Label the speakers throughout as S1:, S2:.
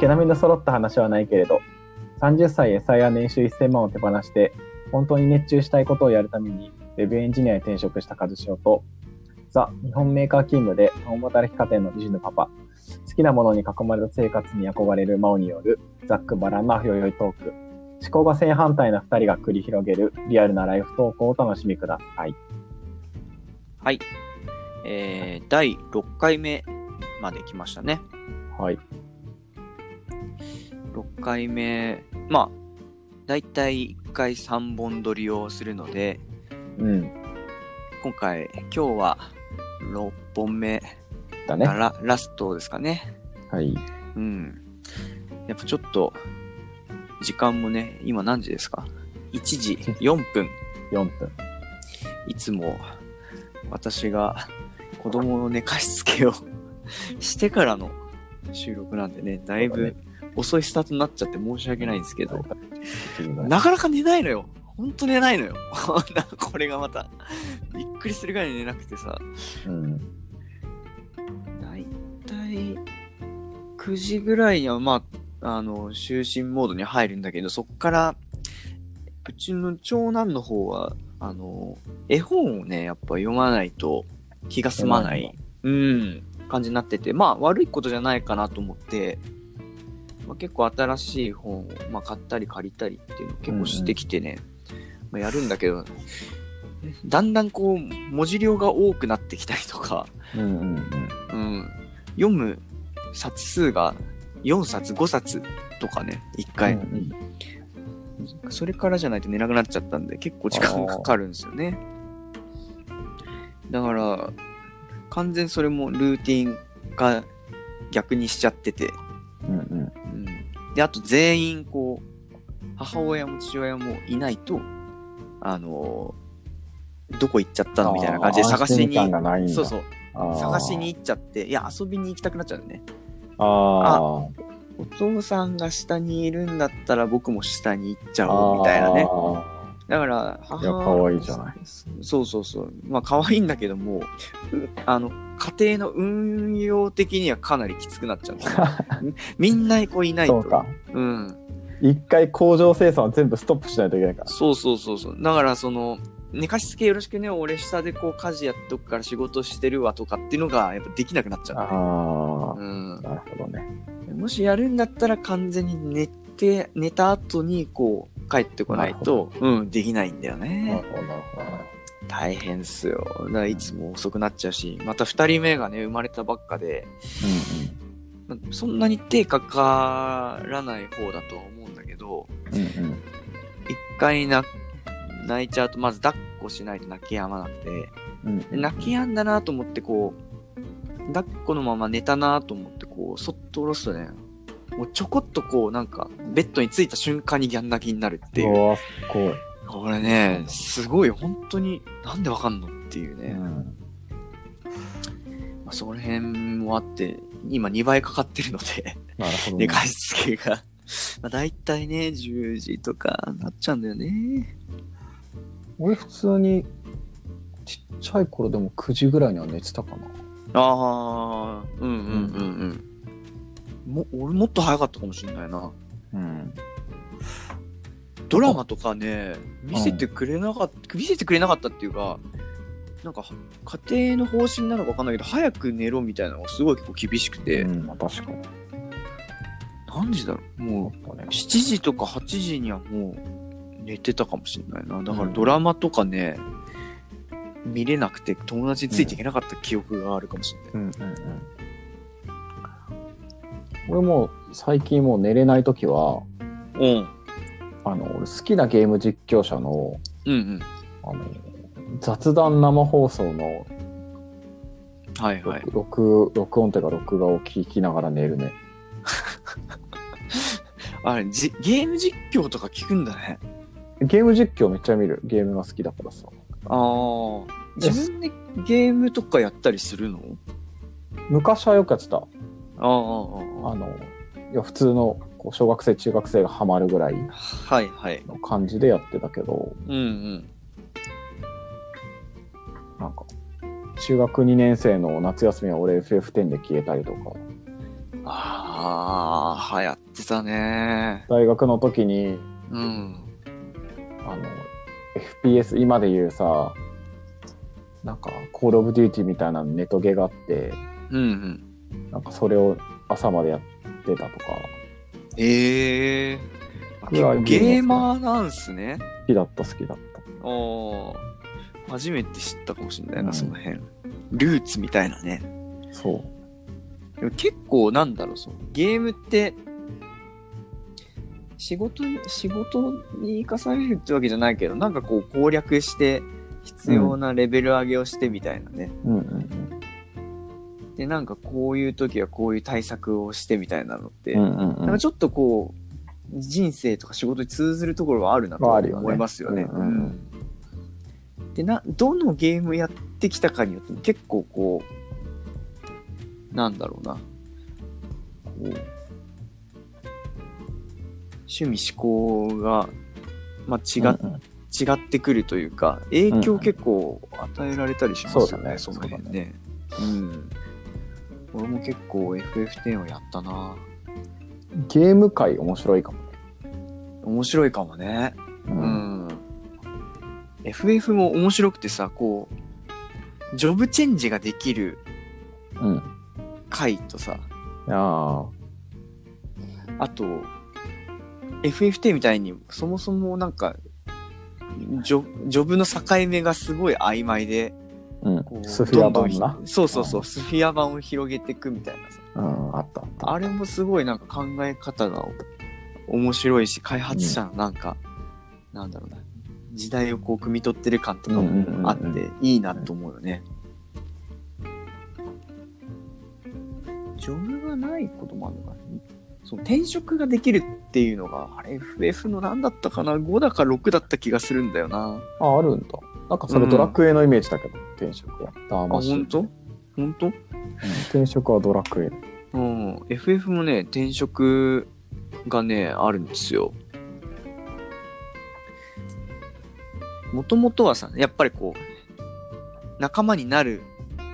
S1: 毛並みの揃った話はないけれど、30歳エサや年収1000万を手放して、本当に熱中したいことをやるために、ウェブエンジニアに転職した和潮と、ザ・日本メーカー勤務で共働き家庭の理事のパパ、好きなものに囲まれた生活に憧れる真央による、ざっくばらんなひょよいトーク、思考が正反対な2人が繰り広げるリアルなライフトークをお楽しみください。
S2: はい。えー、第6回目まで来ましたね。
S1: はい。
S2: 6回目、まあ、だいたい1回3本撮りをするので、
S1: うん。
S2: 今回、今日は6本目
S1: だね
S2: が。ラ,、ラストですかね。
S1: はい。
S2: うん。やっぱちょっと、時間もね、今何時ですか ?1 時4分。
S1: 4分。
S2: いつも私が子供の寝かしつけを してからの収録なんでね、だいぶ遅いスタートになっちゃって申し訳ないんですけど、なかなか寝ないのよ。ほんと寝ないのよ。 なんかこれがまた、びっくりするぐらい寝なくてさ、
S1: うん。
S2: だいたい9時ぐらいには、まあ、あの、就寝モードに入るんだけど、そっから、うちの長男の方は、あの、絵本をね、やっぱ読まないと気が済まない、うん、感じになってて、まあ、悪いことじゃないかなと思って、まあ、結構新しい本を、まあ、買ったり借りたりっていうのを結構してきてね、まあ、やるんだけど、だんだんこう、文字量が多くなってきたりとか、
S1: うんうんうん。
S2: うん、読む冊数が4冊5冊とかね1回、
S1: うん
S2: それからじゃないと寝なくなっちゃったんで結構時間かかるんですよねだから完全それもルーティンが逆にしちゃってて、
S1: うんうん。
S2: うん、であと全員こう母親も父親もいないとあのーどこ行っちゃったのみたいな感じで探しにそうそう探しに行っちゃっていや遊びに行きたくなっちゃうよね
S1: あー
S2: お父さんが下にいるんだったら僕も下に行っちゃ
S1: あ
S2: お
S1: ー
S2: うみたいなね。だから、
S1: いや可愛いじゃない。
S2: そうそうそう。まあ、可愛いんだけども、うあの、家庭の運用的にはかなりきつくなっちゃう。 みみんなこういない
S1: そ
S2: と。
S1: うか
S2: うん。
S1: 一回工場生産を全部ストップしないといけないから
S2: そうそうそうそう。だから、その、寝かしつけよろしくね、俺下でこう家事やっとくから仕事してるわとかっていうのが、やっぱできなくなっちゃう。
S1: あ
S2: うん
S1: あ。なるほどね
S2: もしやるんだったら完全に寝て、寝た後にこう帰ってこないと、うん、できないんだよ
S1: なる
S2: ね。
S1: ほどなるほど
S2: 大変っすよ。だからいつも遅くなっちゃうし、また二人目がね、生まれたばっかで、まそんなに手かからない方だとは思うんだけど、
S1: うんうんうん
S2: 一回な、泣いちゃうと、まず抱っこしないと泣き止まなくて、
S1: うんうん
S2: で泣き止んだなと思ってこう抱っこのまま寝たなと思ってこうそっと下ろすとねもうちょこっとこうなんかベッドに着いた瞬間にギャン泣きになるっていうう
S1: わすごい、
S2: これねすごい本当になんでわかんのっていうね、
S1: うん
S2: まあ、そこら辺もあって今2倍かかってるので
S1: なるほどね
S2: 寝かしつけが まあ大体ね10時とかなっちゃうんだよね
S1: 俺普通にちっちゃい頃でも9時ぐらいには寝てたかな
S2: ああうんうんうんうんも俺もっと早かったかもしれないな
S1: うん
S2: ドラマとかね、見せてくれなかった、見せてくれなかったっていうか、なんか、家庭の方針なのかわかんないけど、早く寝ろみたいなのがすごい結構厳しくて、
S1: うん、確かに
S2: 何時だろうも
S1: ちょっとね
S2: う、7時とか8時にはもう寝てたかもしれないな。だか
S1: う
S2: ら
S1: ん
S2: ドラマとかね、見れなくて友達についていけなかった記憶があるかもしれない。
S1: うんうんうん俺も最近もう寝れない時は
S2: うん。
S1: あの俺好きなゲーム実況者の
S2: うん
S1: あの雑談生放送の
S2: うん。はいはい。
S1: 録,録、録音というか録画を聞きながら寝るね
S2: あれ、じゲーム実況とか聞くんだね。
S1: ゲーム実況めっちゃ見るゲームが好きだからさ
S2: ああ。自分でゲームとかやったりするの
S1: 昔はよくやってた
S2: ああああ
S1: あのいや普通のこう小学生中学生がハマるぐらい
S2: はいはい。
S1: の感じでやってたけど
S2: うんうん。
S1: なんか中学2年生の夏休みは俺 FF10 で消えたりとか
S2: あああ、流行ってたね。
S1: 大学の時に
S2: うん。
S1: あの FPS 今で言うさなんかコール・オブ・デューティーみたいなネトゲがあって
S2: うんうん。
S1: なんかそれを朝までやってたとか
S2: ええあ
S1: いや
S2: 結構ゲーマーなんすね。
S1: 好きだった好きだった
S2: おー初めて知ったかもしれないな、
S1: うん
S2: その辺。ルーツみたいなね。
S1: そう
S2: でも結構なんだろう、そのゲームって、仕事に、仕事に生かされるってわけじゃないけど、なんかこう攻略して、必要なレベル上げをしてみたいなね。
S1: うんうんうん
S2: で、なんかこういう時はこういう対策をしてみたいなのって、
S1: うんうん
S2: なん
S1: う
S2: か
S1: ん
S2: ちょっとこう、人生とか仕事に通ずるところはあるなと
S1: はあるよね
S2: 思いますよね。
S1: うんうんうん
S2: うんでな、どのゲームやってきたかによっても結構こう、なんだろうな、こう、趣味思考が、まあ、違,、
S1: うんうん
S2: 違ってくるというか、影響結構与えられたりしますよね、そ
S1: そう
S2: の
S1: だね
S2: 辺ね。うん。俺も結構 FF10 をやったな
S1: ゲーム界面白いかもね
S2: 面白いかもね。
S1: う
S2: うんん。FF も面白くてさ、こう、ジョブチェンジができる
S1: うん
S2: 回とさ、
S1: あ
S2: あと、FF10 みたいに、そもそもなんか、ジョジョブの境目がすごい曖昧で、
S1: あうん
S2: こう
S1: スフィア
S2: どん
S1: 版
S2: どん
S1: な
S2: そうそうそうう、スフィア版を広げていくみたいなさ。
S1: うんあったあった
S2: あれもすごいなんか考え方が面白いし、開発者のなんか、なんだろうな、時代をこう汲み取ってる感とか
S1: うんうんうんうん
S2: もあって、いいなと思うよね。ジョブがないこともあるのかな。その転職ができるっていうのが、あれ FF の何だったかな ?5 だか6だった気がするんだよな。
S1: ああるんだなんかそれドラクエのイメージだけど転職はあ
S2: あ、本当本当
S1: 転職はドラクエ
S2: うん、FF もね、転職がね、あるんですよ。もともとはさ、やっぱりこう、仲間になる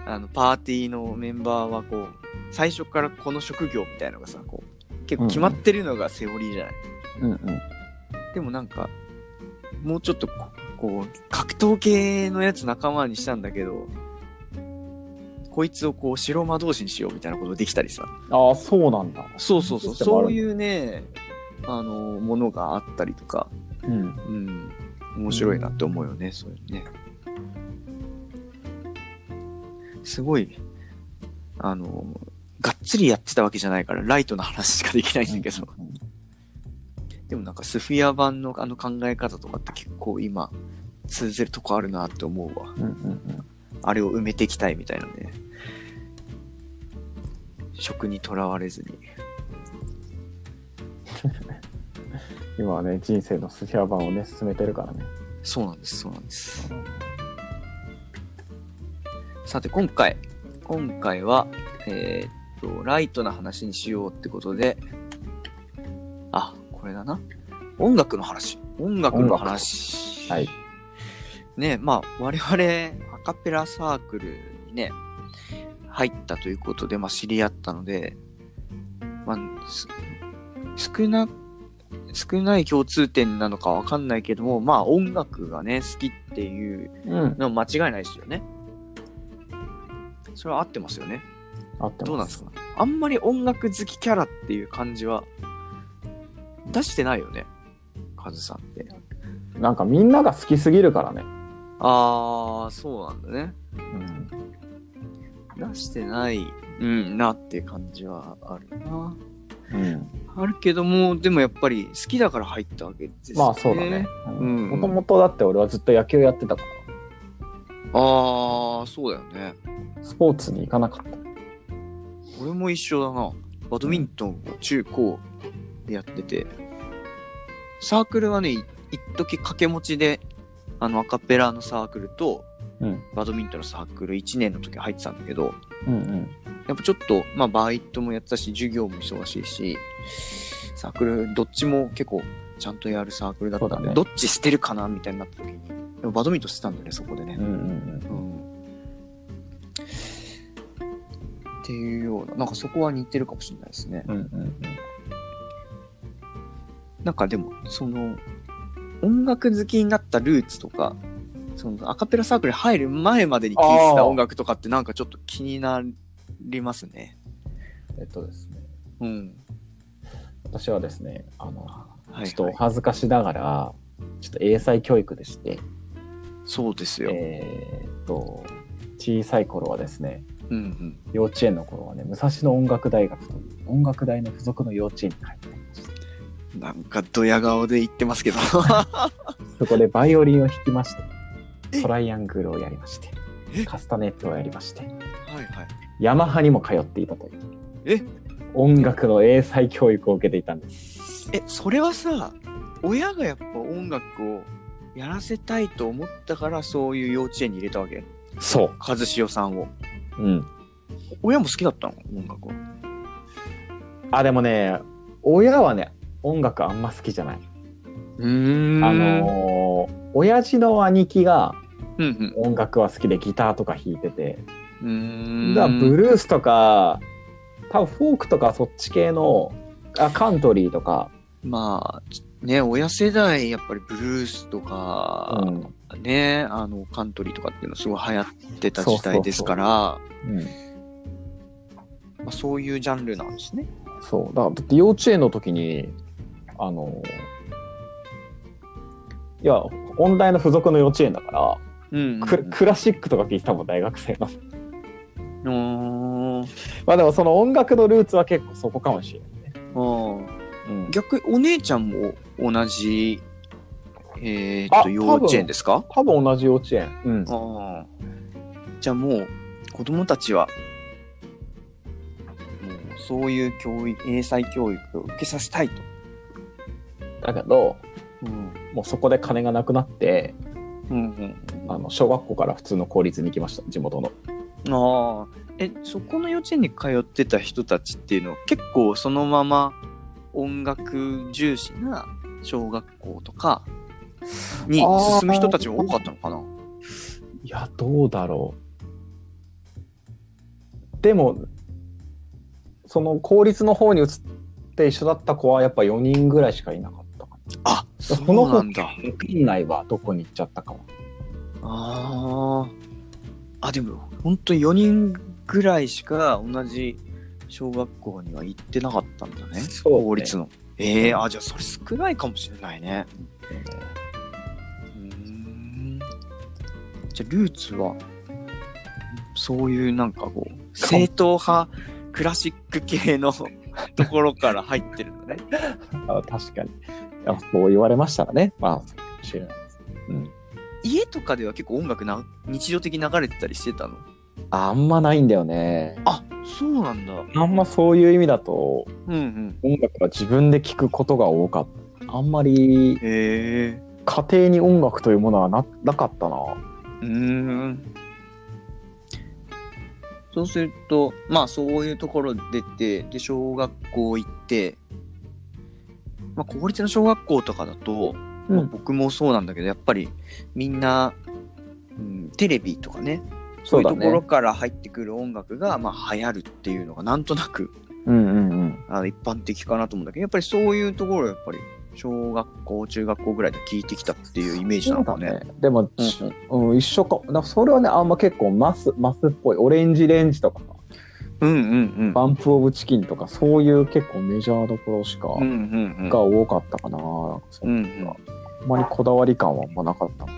S2: あのパーティーのメンバーはこう、最初からこの職業みたいなのがさ、こう、結構決まってるのがセオリーじゃない。
S1: うんうん
S2: でもなんか、もうちょっとここう、格闘系のやつ仲間にしたんだけど、こいつをこう、白魔同士にしようみたいなことできたりさ。
S1: ああそうなんだ
S2: そうそうそう、
S1: システムある
S2: そういうね、あの、ものがあったりとか、
S1: うん
S2: うん、面白いなって思うよね、そういうね。すごい、あの、がっつりやってたわけじゃないから、ライトな話しかできないんだけど、でもなんかスフィア版のあの考え方とかって結構今、通ずるとこあるなって思うわ。
S1: うんうんうん
S2: あれを埋めていきたいみたいなね。食にとらわれずに。
S1: 今はね人生のスフィア版をね進めてるからね
S2: そうなんです、そうなんです。さて、今回、今回は、えーっと、ライトな話にしようってことで、あ、これだな。音楽の話。音楽の話。
S1: はい。
S2: ね、まあ、我々、アカペラサークルにね、入ったということで、まあ、知り合ったので、まあ、す少な、少ない共通点なのかわかんないけども、まあ、音楽がね、好きっていう
S1: うん
S2: のは間違いないですよね。それは合ってますよね。
S1: 合ってます
S2: どうなんですかあんまり音楽好きキャラっていう感じは出してないよね。カズさんって。
S1: なんかみんなが好きすぎるからね、
S2: あー、そうなんだね。
S1: うん、
S2: 出してない、うん、なっていう感じはあるな。
S1: うん
S2: あるけども、でもやっぱり好きだから入ったわけですよね。
S1: まあそうだね。
S2: ん
S1: もともとだって俺はずっと野球やってたか
S2: あー、そうだよね。
S1: らスポーツに行かなかった
S2: 俺も一緒だな。バドミントンを中高でやってて、サークルはね、い一時掛け持ちで、あの、アカペラのサークルと、
S1: うん
S2: バドミントンのサークル1年の時入ってたんだけど、
S1: うん
S2: やっぱちょっと、まあ、バイトもやってたし、授業も忙しいし、サークル、どっちも結構、ちゃんとやるサークルだったん
S1: そう
S2: で、
S1: だね
S2: どっち捨てるかなみたいになった時に、でもバドミントンしてたんだよね、そこでね
S1: うんう。ん
S2: うんっていうような、なんかそこは似てるかもしれないですね。
S1: うんうんうん
S2: なんかでも、その、音楽好きになったルーツとか、そのアカペラサークルに入る前までに聴いてた音楽とかってなんかちょっと気になりますね。
S1: えっとですね、
S2: うん。
S1: 私はですね、あの、
S2: はい、
S1: ちょっとお恥ずかしながら、ちょっと英才教育でして、
S2: そうですよ。
S1: えーっと、小さい頃はですね、
S2: うんうん。
S1: 幼稚園の頃はね、武蔵野音楽大学という音楽大の付属の幼稚園に入っておりました。
S2: なんかドヤ顔で言ってますけど。
S1: そこでバイオリンを弾きまして
S2: え、
S1: トライアングルをやりまして
S2: え、
S1: カスタネットをやりまして、
S2: はいはい。
S1: ヤマハにも通っていたという。
S2: え
S1: 音楽の英才教育を受けていたんです。
S2: え、それはさ、親がやっぱ音楽をやらせたいと思ったから、そういう幼稚園に入れたわけ
S1: そ
S2: 和代さんを。
S1: う。うん。
S2: 親も好きだったの音楽は。
S1: あ、でもね、親はね、音楽あんま好きじゃない。
S2: うーん
S1: あ、のー親父の兄貴が
S2: うんうん。
S1: 音楽は好きでギターとか弾いてて、
S2: うーん。
S1: だからブルースとか、多分フォークとかそっち系の、あカントリーとか、
S2: まあ、ちね、親世代、やっぱりブルースと
S1: う
S2: か、
S1: ん
S2: ね、あの、カントリーとかっていうのすごい流行ってた
S1: そうそ
S2: 時
S1: うそう
S2: 代ですから、
S1: うん
S2: まあ、そういうジャンルなんですね。
S1: そうだからだって幼稚園の時にあのいや音大の付属の幼稚園だから、
S2: うんうんうん。
S1: ククラシックとか聞いてたもん大学生の
S2: うーん
S1: まあでもその音楽のルーツは結構そこかもしれない、
S2: あー
S1: うん、
S2: 逆にお姉ちゃんも同じ、えー、っ
S1: あ多
S2: と、
S1: 分
S2: 幼稚園ですか
S1: 多分同じ幼稚園、うん、
S2: ああ。じゃあもう、子供たちは、もう、そういう教育、英才教育を受けさせたいと。
S1: だけど
S2: うん。
S1: もうそこで金がなくなって
S2: うんうん。
S1: あの小学校から普通の公立に行きました地元の
S2: ああえそこの幼稚園に通ってた人たちっていうのは結構そのまま音楽重視な小学校とかに進む人たちが多かったのかない
S1: やどうだろうでもその公立の方に移って一緒だった子はやっぱ4人ぐらいしかいなかったか
S2: あそ
S1: この
S2: う
S1: 子
S2: なんだ
S1: な院内はどこに行っちゃったかも
S2: あーあでも本当に4人ぐらいしか同じ小学校には行ってなかったんだね
S1: そうね
S2: 公立のええー、あじゃあそれ少ないかもしれないねうーんじゃあルーツはそういうなんかこう正統派クラシック系 のところから入ってるのね。
S1: あ確かにいやそう言われましたらねまあそうかもしれないです、うん、
S2: 家とかでは結構音楽な日常的に流れてたりしてたの
S1: あんまないんだよね
S2: あそうなんだ。うん
S1: あんまそういう意味だと
S2: うん。
S1: 音楽は自分で聴くことが多かったあんまり
S2: へえ。
S1: 家庭に音楽というものはななかったな
S2: うーん。そうするとまあそういうところ出てで小学校行って、まあ、公立の小学校とかだと、まあ、僕もそうなんだけどやっぱりみんな、うん、テレビとかねそういうところから入ってくる音楽が、まあ、流行るっていうのがなんとなく
S1: うんうんうん
S2: あの一般的かなと思うんだけどやっぱりそういうところをやっぱり小学校中学校ぐらいで聞いてきたっていうイメージなのかね。
S1: でも、ちうん一緒かだからそれはねあんま結構マスマスっぽいオレンジレンジとか
S2: うんうん
S1: バンプ・オブ・チキンとかそういう結構メジャーどころしか、
S2: うん。うんうんうん
S1: が多かったかななんかそ
S2: うん
S1: んなあんまりこだわり感はあんまなかった
S2: うん、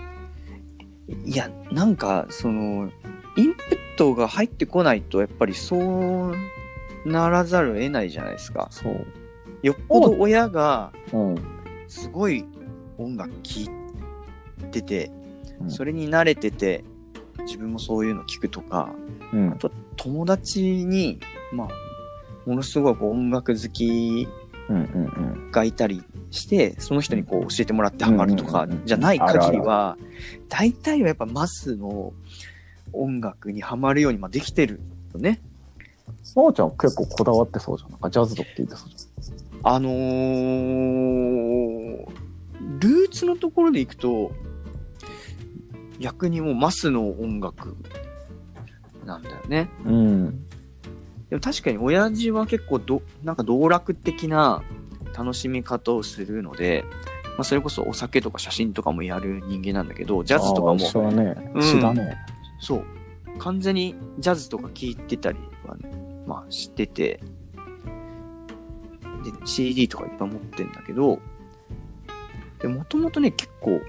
S2: いやなんかそのインプットが入ってこないとやっぱりそうならざるを得ないじゃないですか
S1: そう
S2: よっぽど親が
S1: うん
S2: すごい音楽聴いてて
S1: うん
S2: それに慣れてて自分もそういうの聞くとか
S1: うん
S2: 友達にまあものすごいこう音楽好き
S1: うんうんうん
S2: がいたりしてその人にこう教えてもらってハマるとか
S1: うんうんうんうん
S2: じゃない限りは大体はやっぱマスの音楽にはまるようにまあできてるよね。
S1: 真央ちゃん結構こだわってそうじゃんなんかジャズとか聞いてそうじ
S2: あのールーツのところでいくと逆にもうマスの音楽なんだよね。
S1: ゃんうん
S2: でも確かに親父は結構どなんか道楽的な楽しみ方をするので、まあ、それこそお酒とか写真とかもやる人間なんだけどジャズとか
S1: あー
S2: も
S1: 一緒だね。
S2: うん
S1: 一緒だね。
S2: そう完全にジャズとか聴いてたりは、ね、まあしててで CD とかいっぱい持ってんだけどでもともとね結構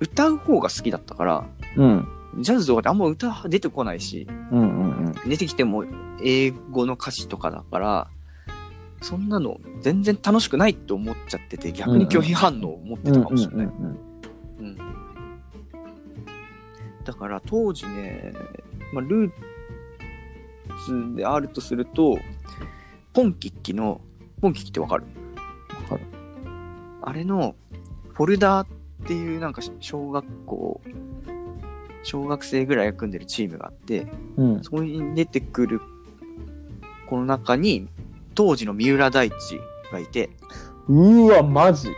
S2: 歌う方が好きだったから
S1: うん。
S2: ジャズとかってあんま歌出てこないし
S1: うんうんうん。
S2: 出てきても英語の歌詞とかだからそんなの全然楽しくないって思っちゃってて逆に拒否反応を持って
S1: うんう
S2: た
S1: ん
S2: かもしれ
S1: う
S2: ない。
S1: ん
S2: うんだから当時ね、まあ、ルーツであるとすると、ポンキッキの、ポンキッキってわかる
S1: かる
S2: あれの、フォルダーっていうなんか小学校、小学生ぐらいが組んでるチームがあって、
S1: うん。うん
S2: そこに出てくるこの中に、当時の三浦大知がいて、
S1: うわ、マジ。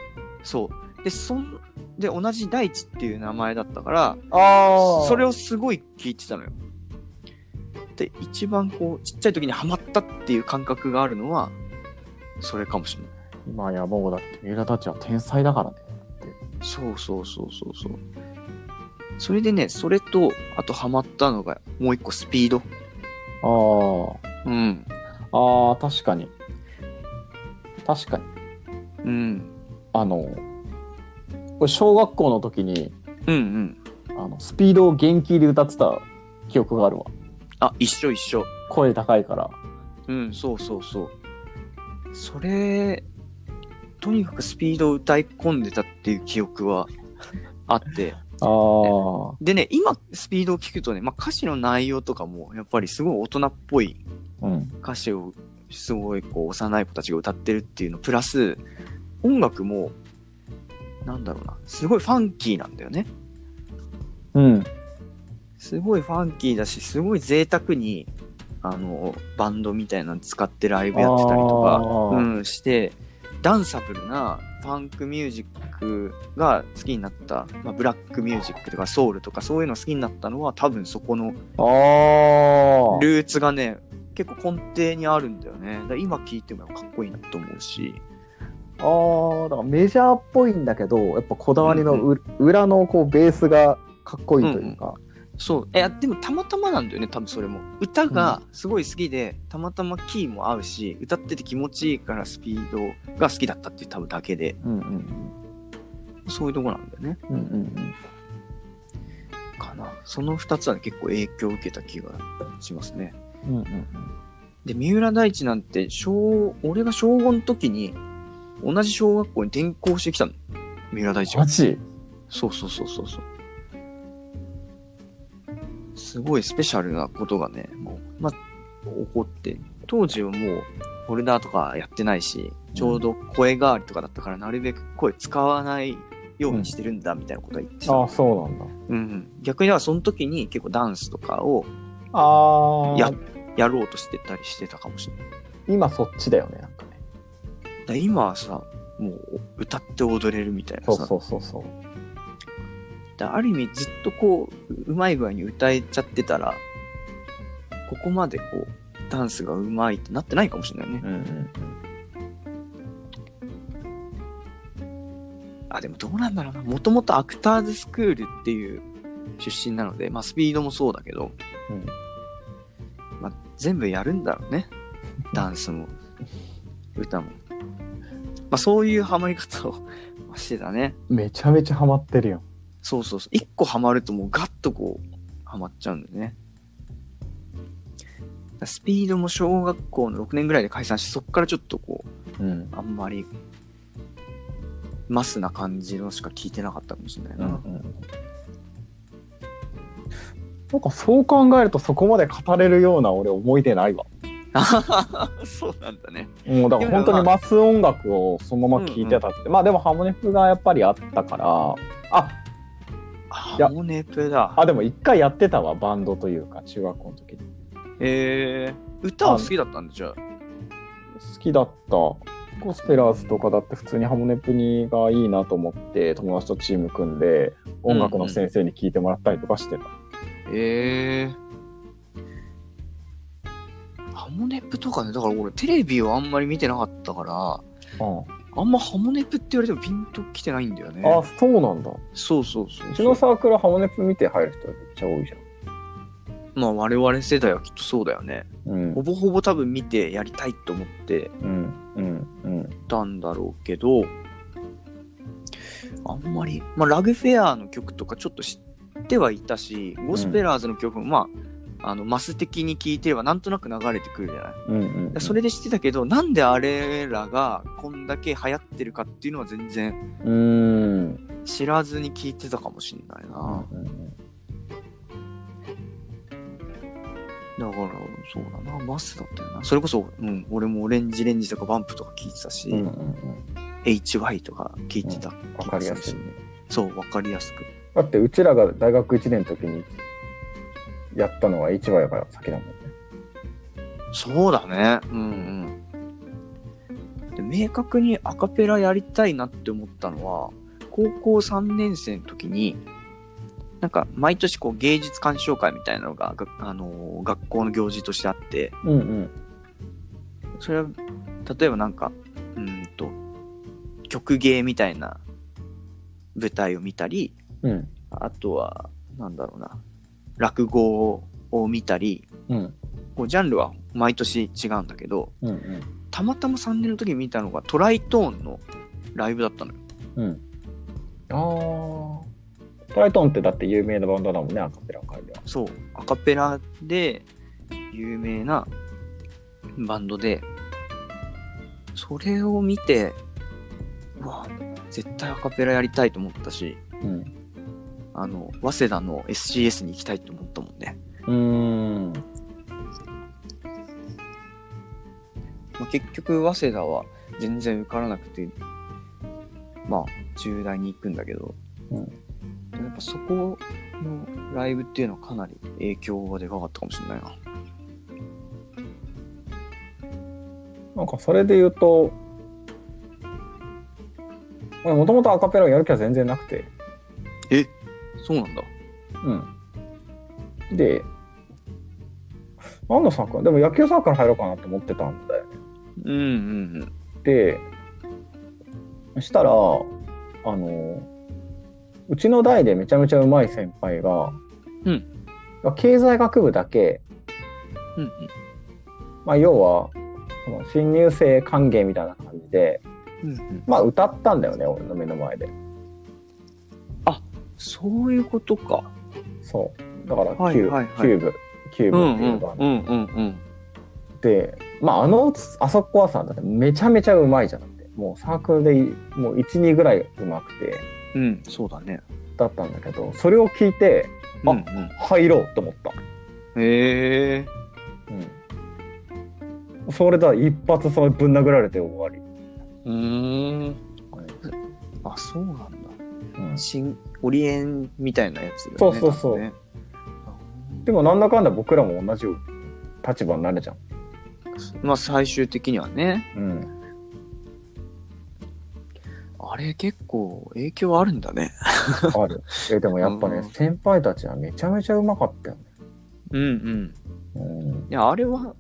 S2: そう。で、そん、で、同じ大地っていう名前だったから、
S1: ああ。
S2: それをすごい聞いてたのよ。で、一番こう、ちっちゃい時にハマったっていう感覚があるのは、それかもしれない。
S1: 今やもうだって、三浦たちは天才だからね。
S2: そうそうそうそうそう。それでね、それと、あとハマったのが、もう一個スピード。
S1: あー
S2: うん。
S1: あー、確かに。確かに。
S2: うん。
S1: あの、俺小学校の時に、
S2: うんうん。
S1: あの、スピードを元気で歌ってた記憶があるわ。
S2: あ、一緒一緒。
S1: 声高いから。
S2: うん、そうそうそう。それ、とにかくスピードを歌い込んでたっていう記憶はあ って。
S1: ああ。
S2: でね、今、スピードを聞くとね、まあ、歌詞の内容とかも、やっぱりすごい大人っぽい
S1: うん。
S2: 歌詞を、すごいこう、幼い子たちが歌ってるっていうの、プラス、音楽も、なんだろうな、すごいファンキーなんだよね。
S1: うん。
S2: すごいファンキーだし、すごい贅沢に、あの、バンドみたいなの使ってライブやってたりと
S1: あ
S2: か、う
S1: ー
S2: ん、して、ダンサブルなファンクミュージックが好きになった、まあ、ブラックミュージックとかソウルとかそういうの好きになったのは多分そこの
S1: あー
S2: ルーツがね、結構根底にあるんだよね。だから今聞いてもかっこいいなと思うし。
S1: あーだからメジャーっぽいんだけどやっぱこだわりのう、裏のこうベースがかっこいいというか、
S2: そう。え、でもたまたまなんだよね、多分それも。歌がすごい好きで、たまたまキーも合うし、歌ってて気持ちいいからスピードが好きだったっていう多分だけで、
S1: うんうん
S2: そういうとこなんだよね。
S1: うんうんうん
S2: かな。その二つはね、結構影響を受けた気がしますね。
S1: うんうんうん
S2: で、三浦大知なんて、小、俺が小5の時に、同じ小学校に転校してきたの。三浦大知が
S1: マ。ジ
S2: そうそうそうそうそう。すごいスペシャルなことがね、もう、まあ、起こって、当時はもう、フォルダーとかやってないし、ちょうど声変わりとかだったから、なるべく声使わないようにしてるんだ、みたいなことは言って
S1: あ
S2: た。
S1: あそうなんだ
S2: うんうん。逆に、だからその時に結構ダンスとかを
S1: ああ
S2: ややろうとしてたりしてたかもしれない。
S1: 今そっちだよねなんかね
S2: だ今はさもう歌って踊れるみたいなさ
S1: そうそうそうそう
S2: だある意味ずっとこうううまい具合に歌えちゃってたらここまでこうダンスがうまいってなってないかもしれないね
S1: うんうん
S2: あでもどうなんだろうなもともとアクターズスクールっていう出身なのでまあスピードもそうだけど、
S1: うん
S2: まあ、全部やるんだろうねダンス も歌もまあそういうハマり方を してたね
S1: めちゃめちゃハマってるよ
S2: そうそうそう。一個ハマるともうガッとこう、ハマっちゃうんだよね。スピードも小学校の6年ぐらいで解散して、そっからちょっとこう、
S1: うん
S2: あんまり、マスな感じのしか聞いてなかったかもしれない
S1: うんう
S2: な。
S1: んなんかそう考えるとそこまで語れるような俺思い出ないわ
S2: あはははそうなんだね。
S1: もうだから本当にマス音楽をそのまま聴いてたって、まあでもハモネプがやっぱりあったからあいや
S2: ハモネプだ。
S1: あでも一回やってたわバンドというか中学校の時に
S2: えー、歌は好きだったんでじゃあ。
S1: 好きだったゴスペラーズとかだって普通にハモネプにがいいなと思って友達とチーム組んで音楽の先生に聴いてもらったりとかしてた、
S2: えー。ハモネプとかね、だから俺テレビをあんまり見てなかったから、
S1: う
S2: あんまハモネプって言われてもピンときてないんだよね
S1: ん、あそうなんだう
S2: そうそうそう
S1: ちのサークルハモネプ見て入る人めっちゃ多いじ
S2: まあ我々世代はきっとそうだよね
S1: ゃんうん
S2: ほぼほぼ多分見てやりたいと思って
S1: うんうんうん
S2: たんだろうけどあんまり、まあ、ラグフェアの曲とかちょっと知ってはいたしゴスペラーズの曲も、まああのマス的に聴いてればなんとなく流れてくるじゃない
S1: うんうんうん
S2: それで知ってたけどなんであれらがこんだけ流行ってるかっていうのは全然
S1: うーん
S2: 知らずに聞いてたかもしんないな、
S1: うん
S2: だからそうだなマスだったよなそれこそ、うん、俺もオレンジレンジとかバンプとか聞いてたし、
S1: うんうんうん
S2: HY とか聞いてた、
S1: わかりやすいね
S2: そう分かりやすく
S1: だってうちらが大学1年の時にやったのは一番やから先だもんね
S2: そうだねうんうんで明確にアカペラやりたいなって思ったのは高校3年生の時になんか毎年こう芸術鑑賞会みたいなのが、があのー学校の行事としてあって
S1: うんうん
S2: それは例えばなんかうーんと曲芸みたいな舞台を見たり
S1: うん
S2: あとはなんだろうな落語を見たり
S1: うん
S2: こうジャンルは毎年違うんだけど
S1: うんうん
S2: たまたま3年の時に見たのがトライトーンのライブだったのよ
S1: うん。ああ。トライトンってだって有名なバンドだもんね、アカペラ界では。
S2: そうアカペラで有名なバンドでそれを見てうわ絶対アカペラやりたいと思ったし
S1: うん。
S2: あの早稲田の SCS に行きたいと思ったもんね、
S1: うん。
S2: まあ、結局早稲田は全然受からなくてまあ中大に行くんだけど
S1: うん。
S2: やっぱそこのライブっていうのはかなり影響がでかかったかもしれないな。
S1: なんかそれで言うと、俺もともとアカペラをやる気は全然なくて。
S2: そうなんだ。
S1: うん。で、何のサークルでも野球サークル入ろうかなって思ってたんだよね。
S2: うんうん
S1: で、そしたら、あの、うちの代でめちゃめちゃうまい先輩が、
S2: うん
S1: 経済学部だけ、
S2: うん。うん
S1: まあ、要はその新入生歓迎みたいな感じで、
S2: うん。うんうん、
S1: まあ、歌ったんだよね俺の目の前で
S2: そういうことか。
S1: そうだからキュ,、
S2: はいはいはい
S1: キューブキュー
S2: う
S1: ブ
S2: ん
S1: っ
S2: う
S1: てい
S2: ん
S1: うバン
S2: うんうんうん。
S1: ドで、まあ、あのあそこはさだってめちゃめちゃうまいじゃなくてもうサークルでいもう12ぐらいうまくて
S2: うん、そうだね。
S1: だったんだけどそれを聞いてあ
S2: うんうん、
S1: 入ろうと思った、
S2: へえ。
S1: うん、それだ一発それぶん殴られて終わり、
S2: うーん。あ、そうなんだ。
S1: うん
S2: 新オリエンみたいなやつだよね。
S1: そうそうそう
S2: 多分ね
S1: でもなんだかんだ僕らも同じ立場になるじゃん
S2: まあ最終的にはね。
S1: うん、
S2: あれ結構影響あるんだね。
S1: ある。え、でもやっぱ
S2: う
S1: ね
S2: ん、
S1: 先輩たちはめちゃめちゃうまかったよね。
S2: うんうん。
S1: うん、
S2: いや、あれは本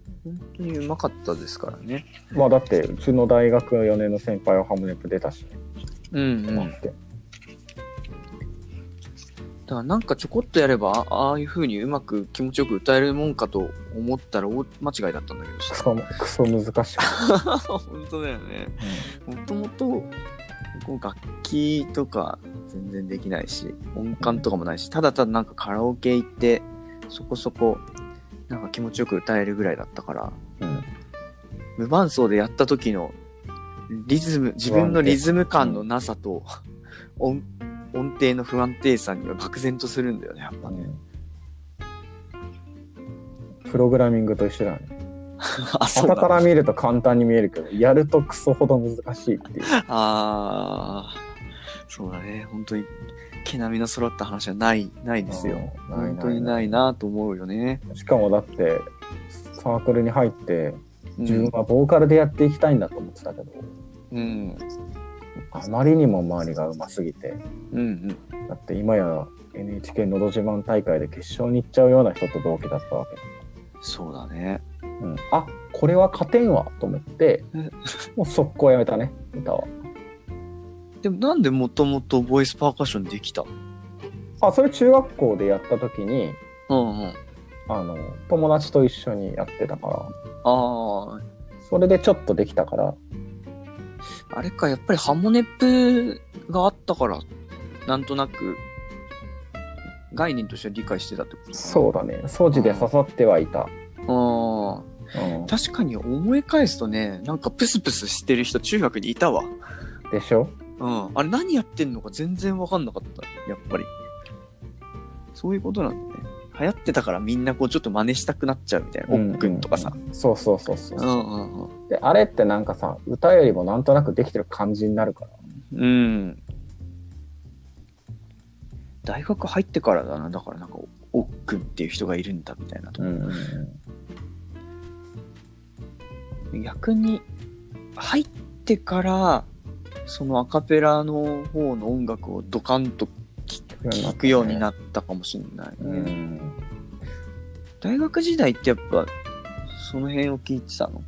S2: 当にうまかったですからね。
S1: まあだって、うちの大学4年の先輩はハムネプ出たしね、
S2: うんうん。
S1: 待って。
S2: だからなんかちょこっとやればあああいう風にうまく気持ちよく歌えるもんかと思ったら大間違いだったんだけど
S1: ク
S2: さ
S1: ソ、クソ難しい。
S2: 本当だよねもともとこう楽器とか全然できないし音感とかもないしただただなんかカラオケ行ってそこそこなんか気持ちよく歌えるぐらいだったから
S1: うん。
S2: 無伴奏でやった時のリズム自分のリズム感のなさと、音音程の不安定さには漠然とするんだよねやっ ぱね。
S1: プログラミングと一緒だよね。
S2: あ
S1: 傍
S2: だ
S1: から見ると簡単に見えるけど、やるとクソほど難しいっていう。
S2: ああ、そうだね。本当に、毛並みの揃った話はない、ないですよ。
S1: うんない
S2: 本当にないなと思うよね。
S1: しかもだって、サークルに入って、
S2: う
S1: 自分
S2: ん。
S1: はボーカルでやっていきたいんだと思ってたけど、
S2: うん。
S1: あまりにも周りがうますぎて、
S2: うん。
S1: だって今や NHK のど自慢大会で決勝に行っちゃうような人と同期だったわけ
S2: そうだね。
S1: うん、あこれは勝てんわと思って
S2: うん
S1: もう速攻やめたね歌は
S2: でもなんでもともとボイスパーカッションできた
S1: あそれ中学校でやった時に
S2: うんうん。
S1: あの友達と一緒にやってたから
S2: あ
S1: それでちょっとできたから
S2: あ、あれか、やっぱりハモネプがあったから、なんとなく、概念としては理解してたってことかな
S1: そうだね掃除で刺さってはいた、
S2: あ
S1: うん
S2: あ、確かに思い返すとね、なんかプスプスしてる人中学にいたわ。
S1: でしょ
S2: うん。あれ何やってんのか全然わかんなかった。やっぱり。そういうことなんだね。流行ってたからみんなこうちょっと真似したくなっちゃうみたいな。おっくんとかさ。
S1: そうそうそうそう
S2: う、んうんうん。
S1: であれってなんかさ歌よりもなんとなくできてる感じになるから
S2: うん。大学入ってからだな。だからなんか、おっくんっていう人がいるんだみたいなとこ、逆に、入ってから、そのアカペラの方の音楽をドカンと聴くようになったかもしれない、
S1: うんうん
S2: 大学時代ってやっぱ、その辺を聴いてたの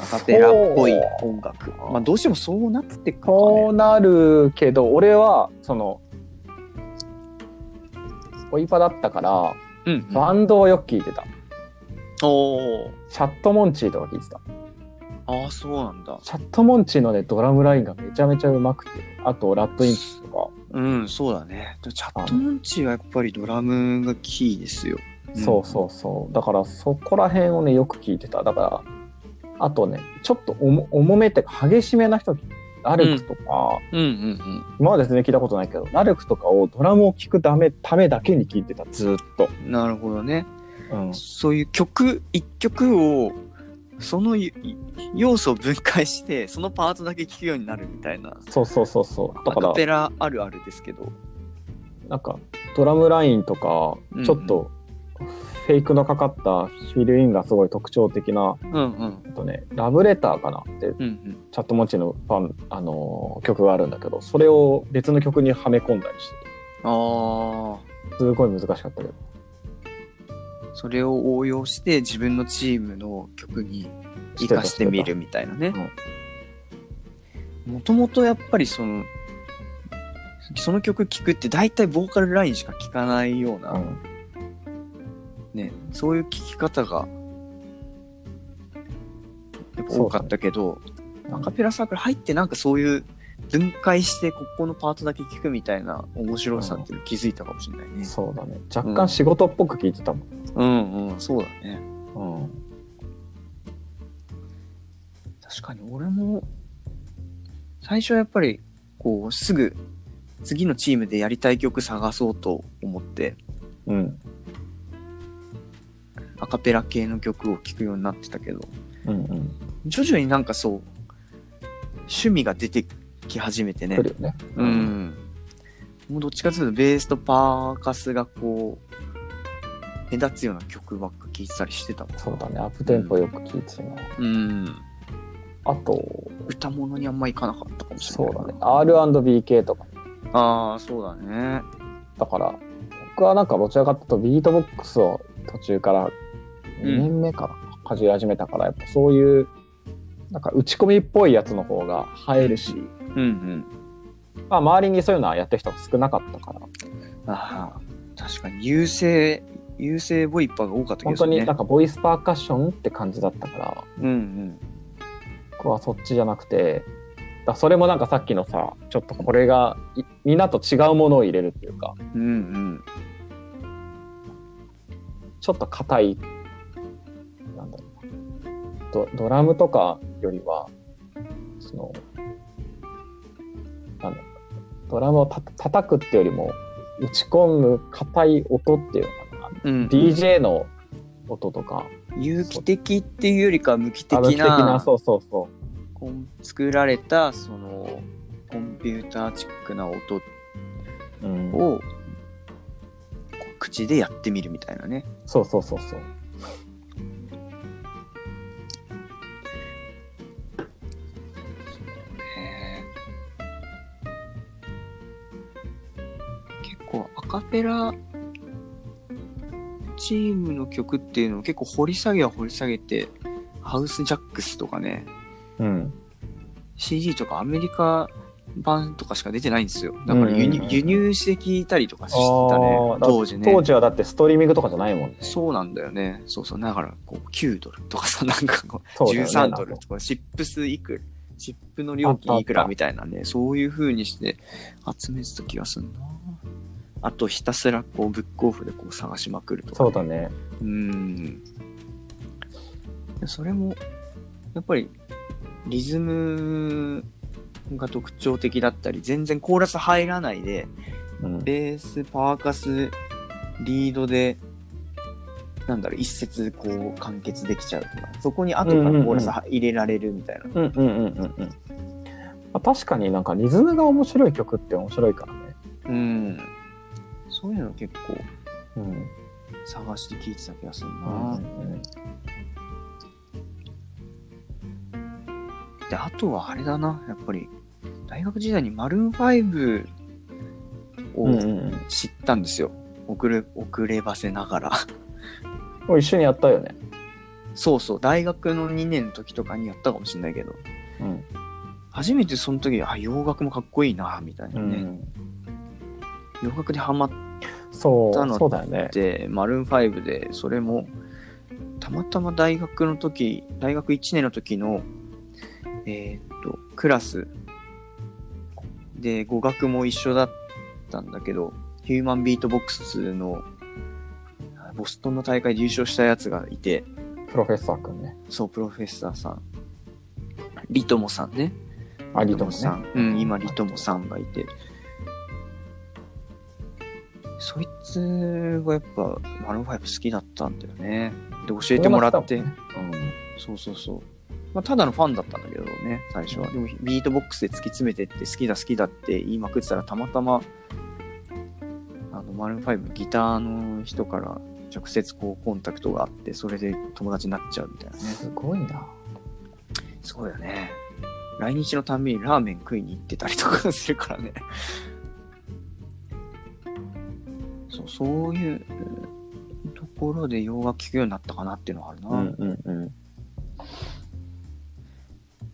S2: アカペラっぽい音楽。まあどうしてもそうなってくか
S1: そ
S2: ね
S1: う。なるけど俺はそのボイパだったから
S2: うんうん。
S1: バンドをよく聴いてた、
S2: おー
S1: チャットモンチーとか聴いてた
S2: ああ、そうなんだ。
S1: チャットモンチーのねドラムラインがめちゃめちゃうまくてあとラッドインプとか、
S2: うん、そうだね。チャットモンチーはやっぱりドラムがキーですよ。
S1: そうそうそうだからそこら辺をねよく聴いてただからあとねちょっと重重めっていうか激しめな人アルクとか、
S2: うんうん
S1: 今まで全然聞いたことないけど、ラルクとかをドラムを聴くためためだけに聞いてた、ずーっと。
S2: うん。なるほどね。
S1: うん、
S2: そういう曲、一曲を、そのいい要素を分解して、そのパートだけ聴くようになるみたいな。
S1: そうそうそうそう。だ
S2: ア
S1: か
S2: カ
S1: ら、
S2: ペラあるあるですけど。
S1: なんか、ドラムラインとか
S2: うんう、ん
S1: ちょっと、フェイクのかかったフィルインがすごい特徴的な、
S2: うんうん。
S1: あとね、ラブレターかなって、
S2: うんうん。
S1: チャットモンチーのファン、あのー曲があるんだけど、それを別の曲にはめ込んだりして
S2: あ
S1: て、すごい難しかったけど。
S2: あ、それを応用して自分のチームの曲に生かしてみるみたいなね
S1: た。
S2: もともとやっぱりその、その曲聴くって大体ボーカルラインしか聴かないような、
S1: うん
S2: ね、そういう聴き方がやっぱ多かったけど、アカペラサークル入ってなんかそういう分解してここのパートだけ聴くみたいな面白さっていうの気づいたかもしれないね。
S1: そうだね。若干仕事っぽく聞いてたも
S2: うんうん、そうだね。
S1: ん。うん。
S2: 確かに俺も最初はやっぱりこうすぐ次のチームでやりたい曲探そうと思って
S1: うん。
S2: アカペラ系の曲を聴くようになってたけど
S1: うんうん。
S2: 徐々になんかそう趣味が出てき始めてね
S1: 来るよね。
S2: うんもうどっちかというとベースとパーカスがこう目立つような曲ばっか聴いてたりしてたわ
S1: そうだね。アップテンポよく聞いてたな。
S2: うん
S1: あと、
S2: 歌物にあんまいかなかったかもしれ
S1: そ
S2: ないう
S1: だね。R&B 系とか。
S2: ああそうだね
S1: だから、僕はなんかどちらかというとビートボックスを途中から2年目からかじり始めたから、やっぱそういう、なんか打ち込みっぽいやつの方が映えるし、
S2: うんうん
S1: まあ周りにそういうのはやってる人が少なかったから、
S2: ああ、確かに優勢、優勢ボイパーが多かったけ
S1: 本
S2: ど
S1: 当
S2: ね。
S1: になんかボイスパーカッションって感じだったから、
S2: うん
S1: 僕はそっちじゃなくて、だそれもなんかさっきのさ、ちょっとこれがいみんなと違うものを入れるっていうか、
S2: うん。うんうん。
S1: ちょっと硬い、なんだろうなドドラムとかよりは、その、なんだろうドラムをた叩くってよりも、打ち込む硬い音っていうのかな。
S2: うん
S1: DJ の音とか、
S2: 有機的っていうよりかは無機
S1: 歌舞伎
S2: 的な
S1: そうそうそ
S2: こん作られたそのコンピューターチックな音を
S1: う。うん
S2: こう口でやってみるみたいなね。
S1: そうそうそうそう。
S2: へー結構アカペラチームの曲っていうのを結構掘り下げは掘り下げて、ハウスジャックスとかね、
S1: うん。
S2: CD とかアメリカ版とかしか出てないんですよ。だから輸
S1: うんうんうん
S2: 入
S1: うん
S2: 輸入して聞いたりとかしてた
S1: あ
S2: ね
S1: あ、
S2: 当時ね。
S1: 当時はだってストリーミングとかじゃないもんね。
S2: そうなんだよね。そうそう。だから、こう、9ドルとかさ、なんかこう、
S1: そうだよね
S2: 13ドルとか、シップスいくら、シップの料金いく
S1: あったあっ
S2: ら
S1: た
S2: みたいなね、そういう風にして集めてた気がするな。あと、ひたすら、こう、ブックオフでこう探しまくるとか、
S1: そうだ。ね。
S2: うん。それも、やっぱり、リズムが特徴的だったり、全然コーラス入らないで、
S1: うん。
S2: ベース、パーカス、リードで、なんだろう、一節こう完結できちゃうとか、そこに後からコーラスは入れられるみたいな。
S1: うんうんうんうんうん。まあ、確かになんかリズムが面白い曲って面白いからね。
S2: うん。そういうの結構
S1: うん。
S2: 探して聴いてた気がする
S1: う
S2: な。
S1: んうん
S2: で、あとはあれだな、やっぱり、大学時代にマルーン5
S1: うんうんう
S2: を
S1: ん
S2: 知ったんですよ。遅れ、遅ればせながら。
S1: これ一緒にやったよね。
S2: そうそう、大学の2年の時とかにやったかもしれないけど、
S1: うん。
S2: 初めてその時、あ、洋楽もかっこいいな、みたいうなね。
S1: ん、
S2: 洋楽でハマっ
S1: そう、
S2: たの
S1: そうだよね。
S2: て、マルーン5で、それも、たまたま大学の時、大学1年の時の、えーっと、クラスで語学も一緒だったんだけど、ヒューマンビートボックスの、ボストンの大会で優勝したやつがいて、
S1: プロフェッサーくんね。
S2: そう、プロフェッサーさん、リトモさんね。
S1: あ、リトもね。
S2: さん、うん、今リトモさんがいてそいつがやっぱマロンファイブ好きだったんだよねで教えてもらって、
S1: うん。
S2: そうそうそう、まあ、ただのファンだったんだけどね最初はでもビートボックスで突き詰めてって好きだ好きだって言いまくってたらたまたまあのマルーンファイブのギターの人から直接こうコンタクトがあってそれで友達になっちゃうみたいなね
S1: すごいな。
S2: すごいよね。来日のたんびにラーメン食いに行ってたりとかするからね。そう、そういううんところで洋楽聴くようになったかなっていうのはあるな。
S1: うんうんうん。